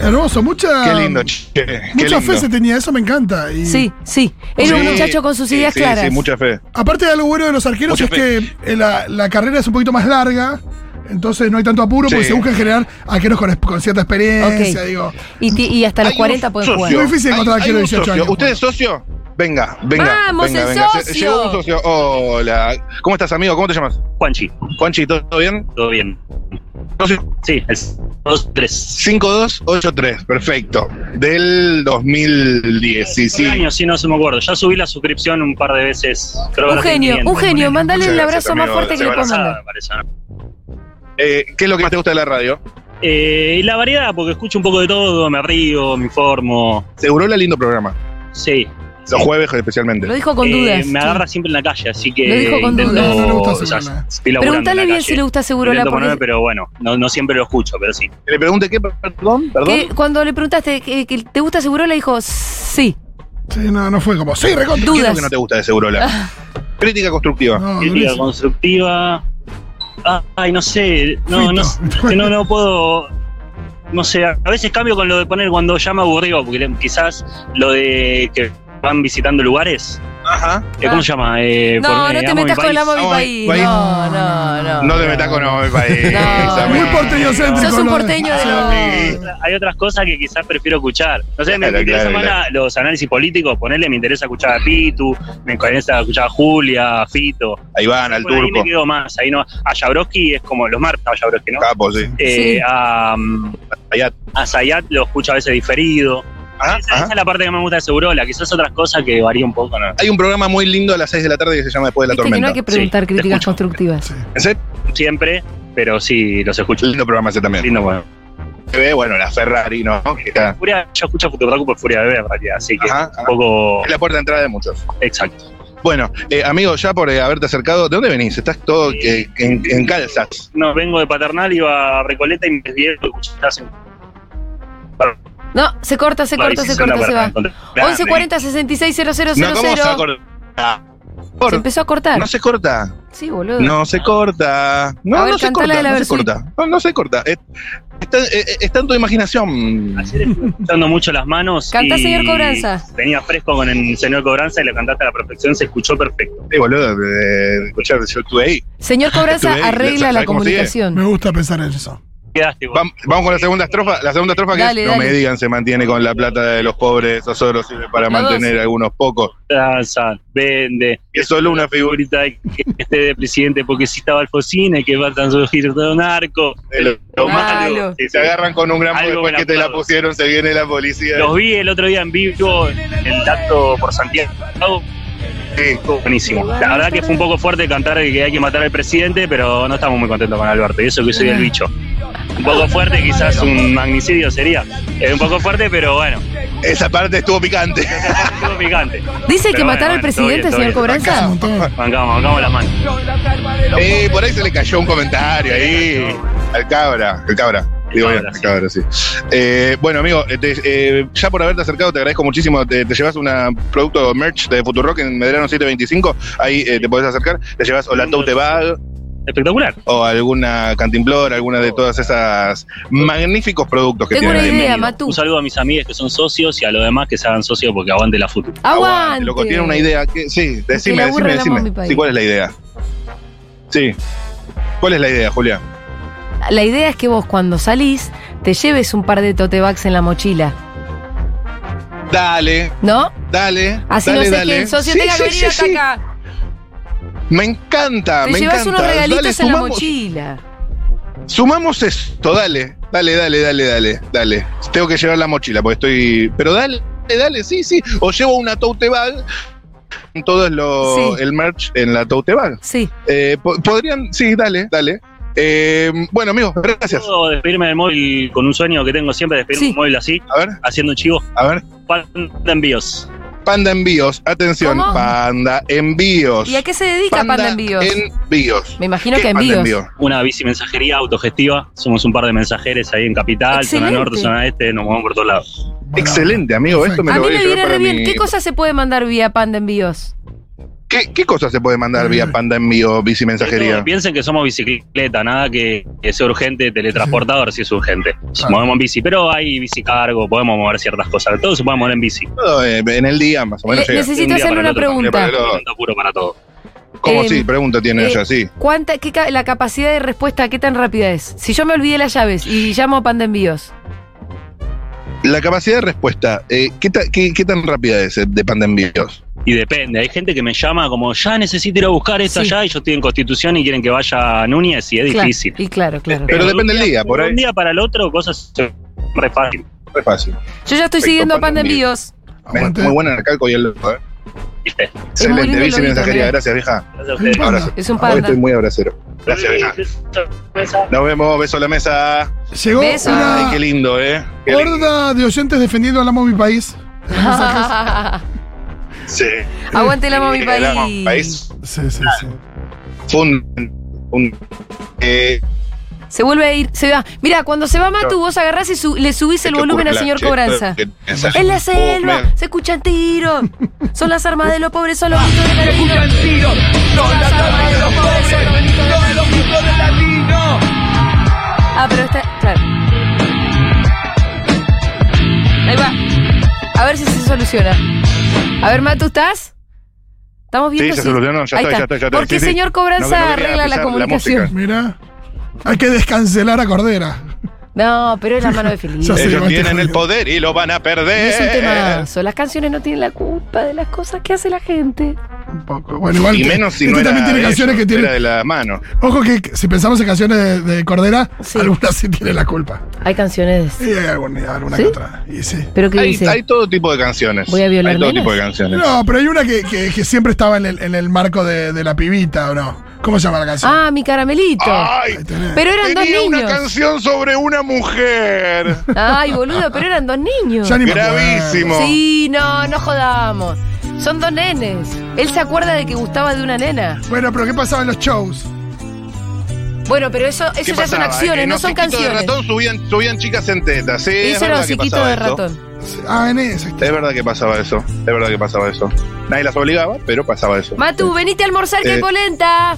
Speaker 2: Hermoso, mucha.
Speaker 3: Qué lindo, che. Qué
Speaker 2: Mucha
Speaker 3: lindo.
Speaker 2: fe se tenía, eso me encanta. Y
Speaker 1: Sí, sí. Era un
Speaker 3: Sí,
Speaker 1: muchacho con sus
Speaker 3: sí,
Speaker 1: ideas
Speaker 3: sí,
Speaker 1: claras.
Speaker 3: Sí, mucha fe.
Speaker 2: Aparte de algo bueno de los arqueros
Speaker 3: Mucha
Speaker 2: es que eh, la, la carrera es un poquito más larga, entonces no hay tanto apuro porque
Speaker 3: Sí.
Speaker 2: se busca en general arqueros con, con cierta experiencia,
Speaker 1: Ok.
Speaker 2: digo.
Speaker 1: y, ti- y hasta los
Speaker 3: Hay
Speaker 1: 40
Speaker 3: un
Speaker 1: pueden
Speaker 3: socio.
Speaker 1: jugar.
Speaker 2: Muy difícil
Speaker 3: Hay-
Speaker 2: encontrar
Speaker 3: hay
Speaker 2: arquero de
Speaker 3: un
Speaker 2: 18
Speaker 3: socio.
Speaker 2: años.
Speaker 3: ¿Usted es socio? Venga, venga.
Speaker 1: Vamos,
Speaker 3: venga,
Speaker 1: el
Speaker 3: venga. Se-
Speaker 1: socio.
Speaker 3: Llegó un socio. Hola. ¿Cómo estás, amigo? ¿Cómo te llamas?
Speaker 10: Juanchi,
Speaker 3: Juanchi, ¿todo todo bien?
Speaker 10: todo bien.
Speaker 3: Socio
Speaker 10: Sí, es dos, tres.
Speaker 3: 5283, perfecto. Del 2017.
Speaker 10: Años, sí, no se me acuerdo. Ya subí la suscripción un par de veces. Creo que
Speaker 1: Un
Speaker 10: ahora estoy
Speaker 1: genio,
Speaker 10: bien.
Speaker 1: un genio. Mandale
Speaker 3: Muchas
Speaker 1: el
Speaker 3: gracias,
Speaker 1: abrazo más
Speaker 3: amigo.
Speaker 1: fuerte que le
Speaker 3: Se
Speaker 1: puedas
Speaker 10: Pasada,
Speaker 1: mandar.
Speaker 10: me parece, ¿no?
Speaker 3: Eh, ¿Qué es lo que más te gusta de la radio?
Speaker 10: Eh, y la variedad, porque escucho un poco de todo, me río, me informo.
Speaker 3: Seguro la lindo programa.
Speaker 10: Sí,
Speaker 3: Los
Speaker 10: Sí.
Speaker 3: jueves
Speaker 1: Lo
Speaker 3: especialmente.
Speaker 1: dijo con
Speaker 10: Eh,
Speaker 1: dudas.
Speaker 10: me agarra siempre en la calle, así que.
Speaker 1: Lo dijo con
Speaker 10: intento,
Speaker 1: dudas.
Speaker 2: No, no le gusta
Speaker 10: o sea,
Speaker 2: Segurola.
Speaker 10: estoy laburando en
Speaker 1: Preguntale
Speaker 10: la
Speaker 1: bien
Speaker 10: calle.
Speaker 1: si le gusta Segurola.
Speaker 10: Intento
Speaker 1: Porque
Speaker 10: ponerme, pero bueno, no, no siempre lo escucho, pero sí.
Speaker 3: Le pregunté qué, perdón,
Speaker 1: que
Speaker 3: perdón.
Speaker 1: cuando le preguntaste que, que te gusta Segurola, dijo sí.
Speaker 2: Sí, no, no fue como, sí, recontra.
Speaker 3: ¿Qué es lo
Speaker 1: Dudas.
Speaker 3: que no te gusta de
Speaker 1: Ah.
Speaker 3: Segurola? Crítica constructiva.
Speaker 2: No,
Speaker 10: Crítica
Speaker 2: durísimo.
Speaker 10: constructiva. Ah, Ay, no sé. No, no,
Speaker 2: Fito. (laughs)
Speaker 10: que no, no puedo. No sé, a a veces cambio con lo de poner cuando ya me aburrió, porque le- quizás lo de que van visitando lugares.
Speaker 3: Ajá.
Speaker 10: eh, ¿Cómo se llama? Eh,
Speaker 1: No,
Speaker 10: por- eh,
Speaker 1: no te
Speaker 10: Amo mi
Speaker 1: metas con el
Speaker 10: país.
Speaker 1: amo de mi
Speaker 3: Amo a mi
Speaker 1: país.
Speaker 3: país.
Speaker 1: No, no, no.
Speaker 3: No te metas con el país.
Speaker 1: Ah. (laughs) No.
Speaker 3: amigo.
Speaker 2: Muy porteñocéntrico.
Speaker 1: Sos un
Speaker 2: lo de-
Speaker 1: porteño de
Speaker 3: Sí,
Speaker 1: los.
Speaker 3: amigo.
Speaker 10: Hay otras cosas que quizás prefiero escuchar. No sé, me,
Speaker 3: Claro,
Speaker 10: me interesa
Speaker 3: claro,
Speaker 10: más la- los análisis políticos, ponerle, me interesa escuchar a Pitu, me interesa escuchar a Julia, a Fito.
Speaker 3: Ahí van, al
Speaker 10: Por ahí
Speaker 3: turco.
Speaker 10: me quedo más, ahí no. A Jabrowski es como los Marta Jabrowski, ¿no?
Speaker 3: Capo, sí.
Speaker 10: Eh,
Speaker 1: Sí.
Speaker 10: A, um,
Speaker 3: Zayat.
Speaker 10: a Zayat lo escucho a veces diferido.
Speaker 3: Ajá,
Speaker 10: Esa, esa
Speaker 3: ajá.
Speaker 10: es la parte que me gusta de Segurola, quizás otras cosas que varía un poco, ¿no?
Speaker 3: Hay un programa muy lindo a las 6 de la tarde que se llama Después de la
Speaker 1: Viste que no
Speaker 3: Tormenta.
Speaker 1: hay que preguntar
Speaker 10: Sí, te
Speaker 1: críticas
Speaker 10: escucho.
Speaker 1: constructivas.
Speaker 3: ¿En serio?
Speaker 10: Siempre, pero sí los escucho.
Speaker 3: Lindo programa ese también.
Speaker 10: Lindo, bueno.
Speaker 3: Se ve, bueno, la Ferrari, ¿no? Que está-
Speaker 10: Furia, yo escucho Futurotaku por Furia Bebé en realidad, así que
Speaker 3: Ajá,
Speaker 10: un
Speaker 3: ajá.
Speaker 10: poco
Speaker 3: Es la puerta de entrada de muchos.
Speaker 10: exacto.
Speaker 3: Bueno, eh, amigo, ya por eh, haberte acercado, ¿de dónde venís? Estás todo eh, en, en calzas.
Speaker 10: No, vengo de Paternal, iba a Recoleta y me desvié, lo escuchás en
Speaker 1: No, se corta, se corta, se corta, se va. 1140 66
Speaker 3: No, ¿cómo se va a
Speaker 1: 000.
Speaker 3: cortar?
Speaker 1: Se empezó a cortar.
Speaker 3: No se corta.
Speaker 1: Sí, boludo.
Speaker 3: No se corta. No,
Speaker 1: A ver,
Speaker 3: no se
Speaker 1: cantala
Speaker 3: corta.
Speaker 1: de la
Speaker 3: No se
Speaker 1: Versuit.
Speaker 3: corta. No, no se corta. Es, está, eh, eh, está en tu imaginación.
Speaker 10: Ayer estuve usando mucho las manos.
Speaker 1: Cantá,
Speaker 10: y
Speaker 1: señor Cobranza.
Speaker 10: Venía fresco con el señor Cobranza y lo cantaste a la perfección, se escuchó perfecto.
Speaker 3: Eh, boludo, de escuchar, yo estuve ahí.
Speaker 1: Señor Cobranza
Speaker 3: (laughs) Estuve ahí,
Speaker 1: arregla
Speaker 3: ¿sabes
Speaker 1: la
Speaker 3: cómo sigue? (laughs)
Speaker 1: comunicación.
Speaker 2: Me gusta pensar en eso.
Speaker 10: quedaste. vos.
Speaker 3: Vam- Vamos con la segunda estrofa. La segunda estrofa que
Speaker 1: Este, Dale,
Speaker 3: es, no
Speaker 1: dale.
Speaker 3: me digan, se mantiene con la plata de los pobres, Osoro sirve para
Speaker 1: Los dos.
Speaker 3: mantener a algunos pocos.
Speaker 10: Lanza, vende.
Speaker 3: Y es solo una figura.
Speaker 10: Figurita de que esté de presidente porque si estaba Alfocine, que va a surgir todo narco.
Speaker 3: de lo- lo malo.
Speaker 1: Claro.
Speaker 10: Sí, sí.
Speaker 3: Se agarran con un gran
Speaker 10: Algo
Speaker 3: después
Speaker 10: me
Speaker 3: que te la
Speaker 10: acuerdo.
Speaker 3: pusieron, se viene la policía.
Speaker 10: Los vi el otro día en vivo en el tacto por Santiago.
Speaker 3: Sí.
Speaker 10: Estuvo Buenísimo. La verdad que fue un poco fuerte cantar que hay que matar al presidente, pero no estamos muy contentos con Alberto, y eso que soy el bicho. Un poco fuerte, quizás un magnicidio sería. Es un poco fuerte, pero bueno,
Speaker 3: Esa parte estuvo picante.
Speaker 10: estuvo picante.
Speaker 1: ¿Dice
Speaker 10: Pero
Speaker 1: que
Speaker 10: bueno,
Speaker 1: matar al
Speaker 10: bueno, todo bien,
Speaker 1: presidente,
Speaker 10: todo
Speaker 1: señor
Speaker 10: bien.
Speaker 1: Cobranza?
Speaker 10: Bancamos, bancamos las manos.
Speaker 3: Eh, por ahí se le cayó un comentario ahí. Al cabra, al cabra. Digo
Speaker 10: Al
Speaker 3: bien, al cabra, sí. Eh, bueno, amigo, eh, te- eh, ya por haberte acercado, te agradezco muchísimo. Te, te llevas un producto merch de Futurock en Medrano 725. Ahí eh, te podés acercar. Te llevas o la tote bag
Speaker 10: Espectacular.
Speaker 3: o alguna cantimplora, alguna de todas esas magníficos productos que
Speaker 1: Tengo
Speaker 3: tienen
Speaker 1: una
Speaker 3: ahí.
Speaker 1: idea,
Speaker 10: Bienvenido.
Speaker 1: Matú.
Speaker 10: Un saludo a mis amigos que son socios y a los demás que se hagan socios porque aguante la fútbol.
Speaker 1: Aguante.
Speaker 3: Loco, tiene una idea. que- sí, decime,
Speaker 1: la burra
Speaker 3: decime,
Speaker 1: la mami,
Speaker 3: decime.
Speaker 1: país.
Speaker 3: Sí, ¿cuál es la idea? Sí. ¿Cuál es la idea, Julia?
Speaker 1: La idea es que vos cuando salís te lleves un par de tote bags en la mochila,
Speaker 3: Dale,
Speaker 1: ¿no?
Speaker 3: dale.
Speaker 1: Así
Speaker 3: dale,
Speaker 1: no sé
Speaker 3: dale.
Speaker 1: que el socio
Speaker 3: Sí,
Speaker 1: tenga que
Speaker 3: sí,
Speaker 1: venir
Speaker 3: sí, sí.
Speaker 1: hasta acá.
Speaker 3: Me encanta,
Speaker 1: Te
Speaker 3: me
Speaker 1: llevas
Speaker 3: encanta.
Speaker 1: unos regalitos
Speaker 3: dale,
Speaker 1: en
Speaker 3: sumamos,
Speaker 1: la mochila.
Speaker 3: Sumamos esto, dale, dale, dale, dale, dale, dale. Tengo que llevar la mochila porque estoy. Pero dale, dale, sí, sí. O llevo una tote bag. Todo es lo,
Speaker 1: Sí.
Speaker 3: el merch en la tote bag.
Speaker 1: Sí.
Speaker 3: Eh, po- podrían, sí, dale, dale. Eh, bueno, amigos, gracias.
Speaker 10: Puedo despedirme del móvil con un sueño que tengo siempre, despedirme
Speaker 1: Sí.
Speaker 10: del móvil así,
Speaker 3: A ver,
Speaker 10: haciendo un chivo.
Speaker 3: a ver.
Speaker 10: Pan de envíos.
Speaker 3: Panda Envíos, atención,
Speaker 1: ¿Cómo?
Speaker 3: Panda Envíos.
Speaker 1: ¿Y a qué se dedica Panda, Envíos?
Speaker 3: Envíos.
Speaker 1: Me imagino
Speaker 3: ¿Qué
Speaker 1: que a
Speaker 3: es Panda
Speaker 1: envíos.
Speaker 3: Envíos?
Speaker 10: Una bici mensajería autogestiva. Somos un par de mensajeros ahí en Capital,
Speaker 1: Excelente.
Speaker 10: zona norte, zona este, nos movemos por todos lados.
Speaker 3: Excelente, amigo. Esto me
Speaker 1: A
Speaker 3: lo
Speaker 1: mí
Speaker 3: voy a
Speaker 1: me
Speaker 3: llevar
Speaker 1: viene
Speaker 3: para
Speaker 1: re bien.
Speaker 3: mi-
Speaker 1: ¿Qué cosa se puede mandar vía Panda Envíos?
Speaker 3: ¿Qué, qué cosa se puede
Speaker 1: (laughs)
Speaker 3: mandar vía Panda Envíos, bici mensajería?
Speaker 10: Todo, Piensen que somos bicicleta, nada que, que sea urgente, teletransportador si es urgente. Nos
Speaker 1: Ah.
Speaker 2: Claro.
Speaker 10: movemos en bici, pero hay bicicargo, podemos mover ciertas cosas. Todo se puede mover en bici.
Speaker 3: Todo, eh, en el día, más o menos.
Speaker 1: Le-
Speaker 3: llega.
Speaker 1: necesito
Speaker 10: Un día
Speaker 1: hacerle
Speaker 10: para el
Speaker 1: una
Speaker 10: otro, para el
Speaker 1: pregunta.
Speaker 3: otro, para el otro.
Speaker 10: Tanto apuro para todo.
Speaker 3: ¿Cómo
Speaker 1: eh,
Speaker 3: sí? Pregunta tiene
Speaker 1: eh,
Speaker 3: ella, sí.
Speaker 1: ¿Cuánta, qué, ca- la capacidad de respuesta, qué tan rápida es? Si yo me olvidé las llaves y llamo a Panda Envíos.
Speaker 3: La capacidad de respuesta, eh, ¿qué, ta- qué- qué tan rápida es eh, de Panda Envíos?
Speaker 10: Y depende, hay gente que me llama como, ya necesito ir a buscar esto
Speaker 1: Sí.
Speaker 10: allá, y yo estoy en Constitución y quieren que vaya a Núñez y es
Speaker 1: Claro,
Speaker 10: difícil.
Speaker 1: Y claro, claro.
Speaker 3: Pero
Speaker 10: de
Speaker 3: depende
Speaker 10: un
Speaker 3: del día, por
Speaker 10: de
Speaker 3: ahí.
Speaker 10: Un día para el otro, cosas se-
Speaker 3: (laughs)
Speaker 10: re fácil.
Speaker 3: No es fácil.
Speaker 1: Yo ya estoy
Speaker 3: perfecto,
Speaker 1: siguiendo a Panda
Speaker 3: Panda
Speaker 1: Envíos.
Speaker 2: Aguante.
Speaker 3: Muy buena el calco y el. loco, eh.
Speaker 10: ¿viste?
Speaker 1: muy
Speaker 3: Excelente,
Speaker 1: lindo
Speaker 3: bici
Speaker 1: el lobito,
Speaker 3: mensajería.
Speaker 1: mirá.
Speaker 3: Gracias, vieja.
Speaker 10: Gracias a ustedes.
Speaker 3: Abrazo.
Speaker 1: Es un
Speaker 3: Hoy
Speaker 1: panda.
Speaker 3: estoy muy abracero. Gracias, vieja. Nos vemos, beso a la mesa.
Speaker 2: Llegó
Speaker 1: Besos.
Speaker 2: una
Speaker 3: Ay, qué lindo, ¿eh? Qué lindo.
Speaker 2: horda de oyentes defendiendo al amo mi país.
Speaker 3: Sí.
Speaker 1: (laughs) Aguante la mami
Speaker 3: Eh, el amo mi
Speaker 1: país.
Speaker 3: país.
Speaker 2: Sí, sí, sí.
Speaker 3: Fue un. un- eh,
Speaker 1: Se vuelve a ir, se va. Mira, cuando se va Matu, vos agarrás y su- le subís el
Speaker 3: ¿qué te
Speaker 1: volumen
Speaker 3: ocurre,
Speaker 1: al señor
Speaker 3: Lanche?
Speaker 1: Cobranza.
Speaker 3: ¿Qué pensás?
Speaker 1: En (laughs) la
Speaker 3: Oh,
Speaker 1: selva
Speaker 3: me-
Speaker 1: se escuchan tiros. Son las armas de los pobres, son los gritos de latinos. Son las armas de los pobres, son los gritos de latinos. Ah, pero está. Claro. Ahí va. A ver si se soluciona. A ver, Matu, ¿estás? Estamos viendo
Speaker 3: Sí, se
Speaker 1: si-
Speaker 3: solucionó, ya
Speaker 1: Ahí
Speaker 3: estoy,
Speaker 1: está.
Speaker 3: ya estoy, ya estoy.
Speaker 1: Porque
Speaker 3: Sí, sí.
Speaker 1: señor
Speaker 3: No, no
Speaker 1: Cobranza
Speaker 3: quería
Speaker 1: arregla la
Speaker 3: pisar la
Speaker 1: comunicación.
Speaker 2: Mira, hay que descancelar a Cordera.
Speaker 1: no, pero es la (laughs) mano de Felipe.
Speaker 2: Ya sé.
Speaker 3: Ellos
Speaker 2: Levante,
Speaker 3: tienen el
Speaker 2: Julio.
Speaker 3: poder y lo van a
Speaker 1: Y
Speaker 3: perder.
Speaker 1: es un temazo. Las canciones no tienen la culpa de las cosas que hace la gente.
Speaker 2: Un poco. Bueno, igual.
Speaker 3: Y
Speaker 2: que-
Speaker 3: menos si
Speaker 2: este
Speaker 3: no era
Speaker 2: también tiene
Speaker 3: de
Speaker 2: canciones
Speaker 3: ellos,
Speaker 2: que
Speaker 3: era
Speaker 2: tiene.
Speaker 3: de la mano.
Speaker 2: Ojo que si pensamos en canciones de, de Cordera,
Speaker 1: Sí.
Speaker 2: algunas sí tienen la culpa.
Speaker 1: Hay canciones.
Speaker 2: Y hay alguna, alguna
Speaker 1: ¿Sí?
Speaker 2: que otra. Y sí.
Speaker 1: Pero que
Speaker 3: Hay,
Speaker 1: dice.
Speaker 3: hay todo tipo de canciones.
Speaker 1: Voy a violar
Speaker 3: Hay todo
Speaker 1: nenas.
Speaker 3: tipo de canciones.
Speaker 2: No, pero hay una que, que- que siempre estaba en el, en el marco de, de la pibita, ¿o no? ¿Cómo se llama la canción?
Speaker 1: Ah, mi caramelito.
Speaker 3: Ay,
Speaker 2: Ahí tenés.
Speaker 1: pero eran dos
Speaker 3: Ah, tenía una
Speaker 1: niños.
Speaker 3: canción sobre una mujer.
Speaker 1: Ay, boludo, pero eran dos niños.
Speaker 2: Ya ni me acuerdo.
Speaker 3: Gravísimo.
Speaker 1: Sí, no, no jodamos. Son dos nenes. Él se acuerda de que gustaba de una nena.
Speaker 2: Bueno, pero ¿qué pasaba en los shows?
Speaker 1: Bueno, pero eso, eso
Speaker 3: ¿Qué
Speaker 1: ya son
Speaker 3: pasaba?
Speaker 1: acciones,
Speaker 3: En
Speaker 1: no son
Speaker 3: Hociquito de
Speaker 1: canciones.
Speaker 3: ratón subían, subían chicas en tetas. Sí, es
Speaker 1: Eso era
Speaker 3: verdad que
Speaker 1: hociquito
Speaker 3: pasaba
Speaker 1: de
Speaker 3: eso.
Speaker 1: ratón.
Speaker 2: Ah, en esa.
Speaker 3: Es verdad que pasaba eso. Es verdad que pasaba eso. Nadie las obligaba, pero pasaba eso.
Speaker 1: Matu, venite a almorzar que
Speaker 3: Eh.
Speaker 1: hay polenta.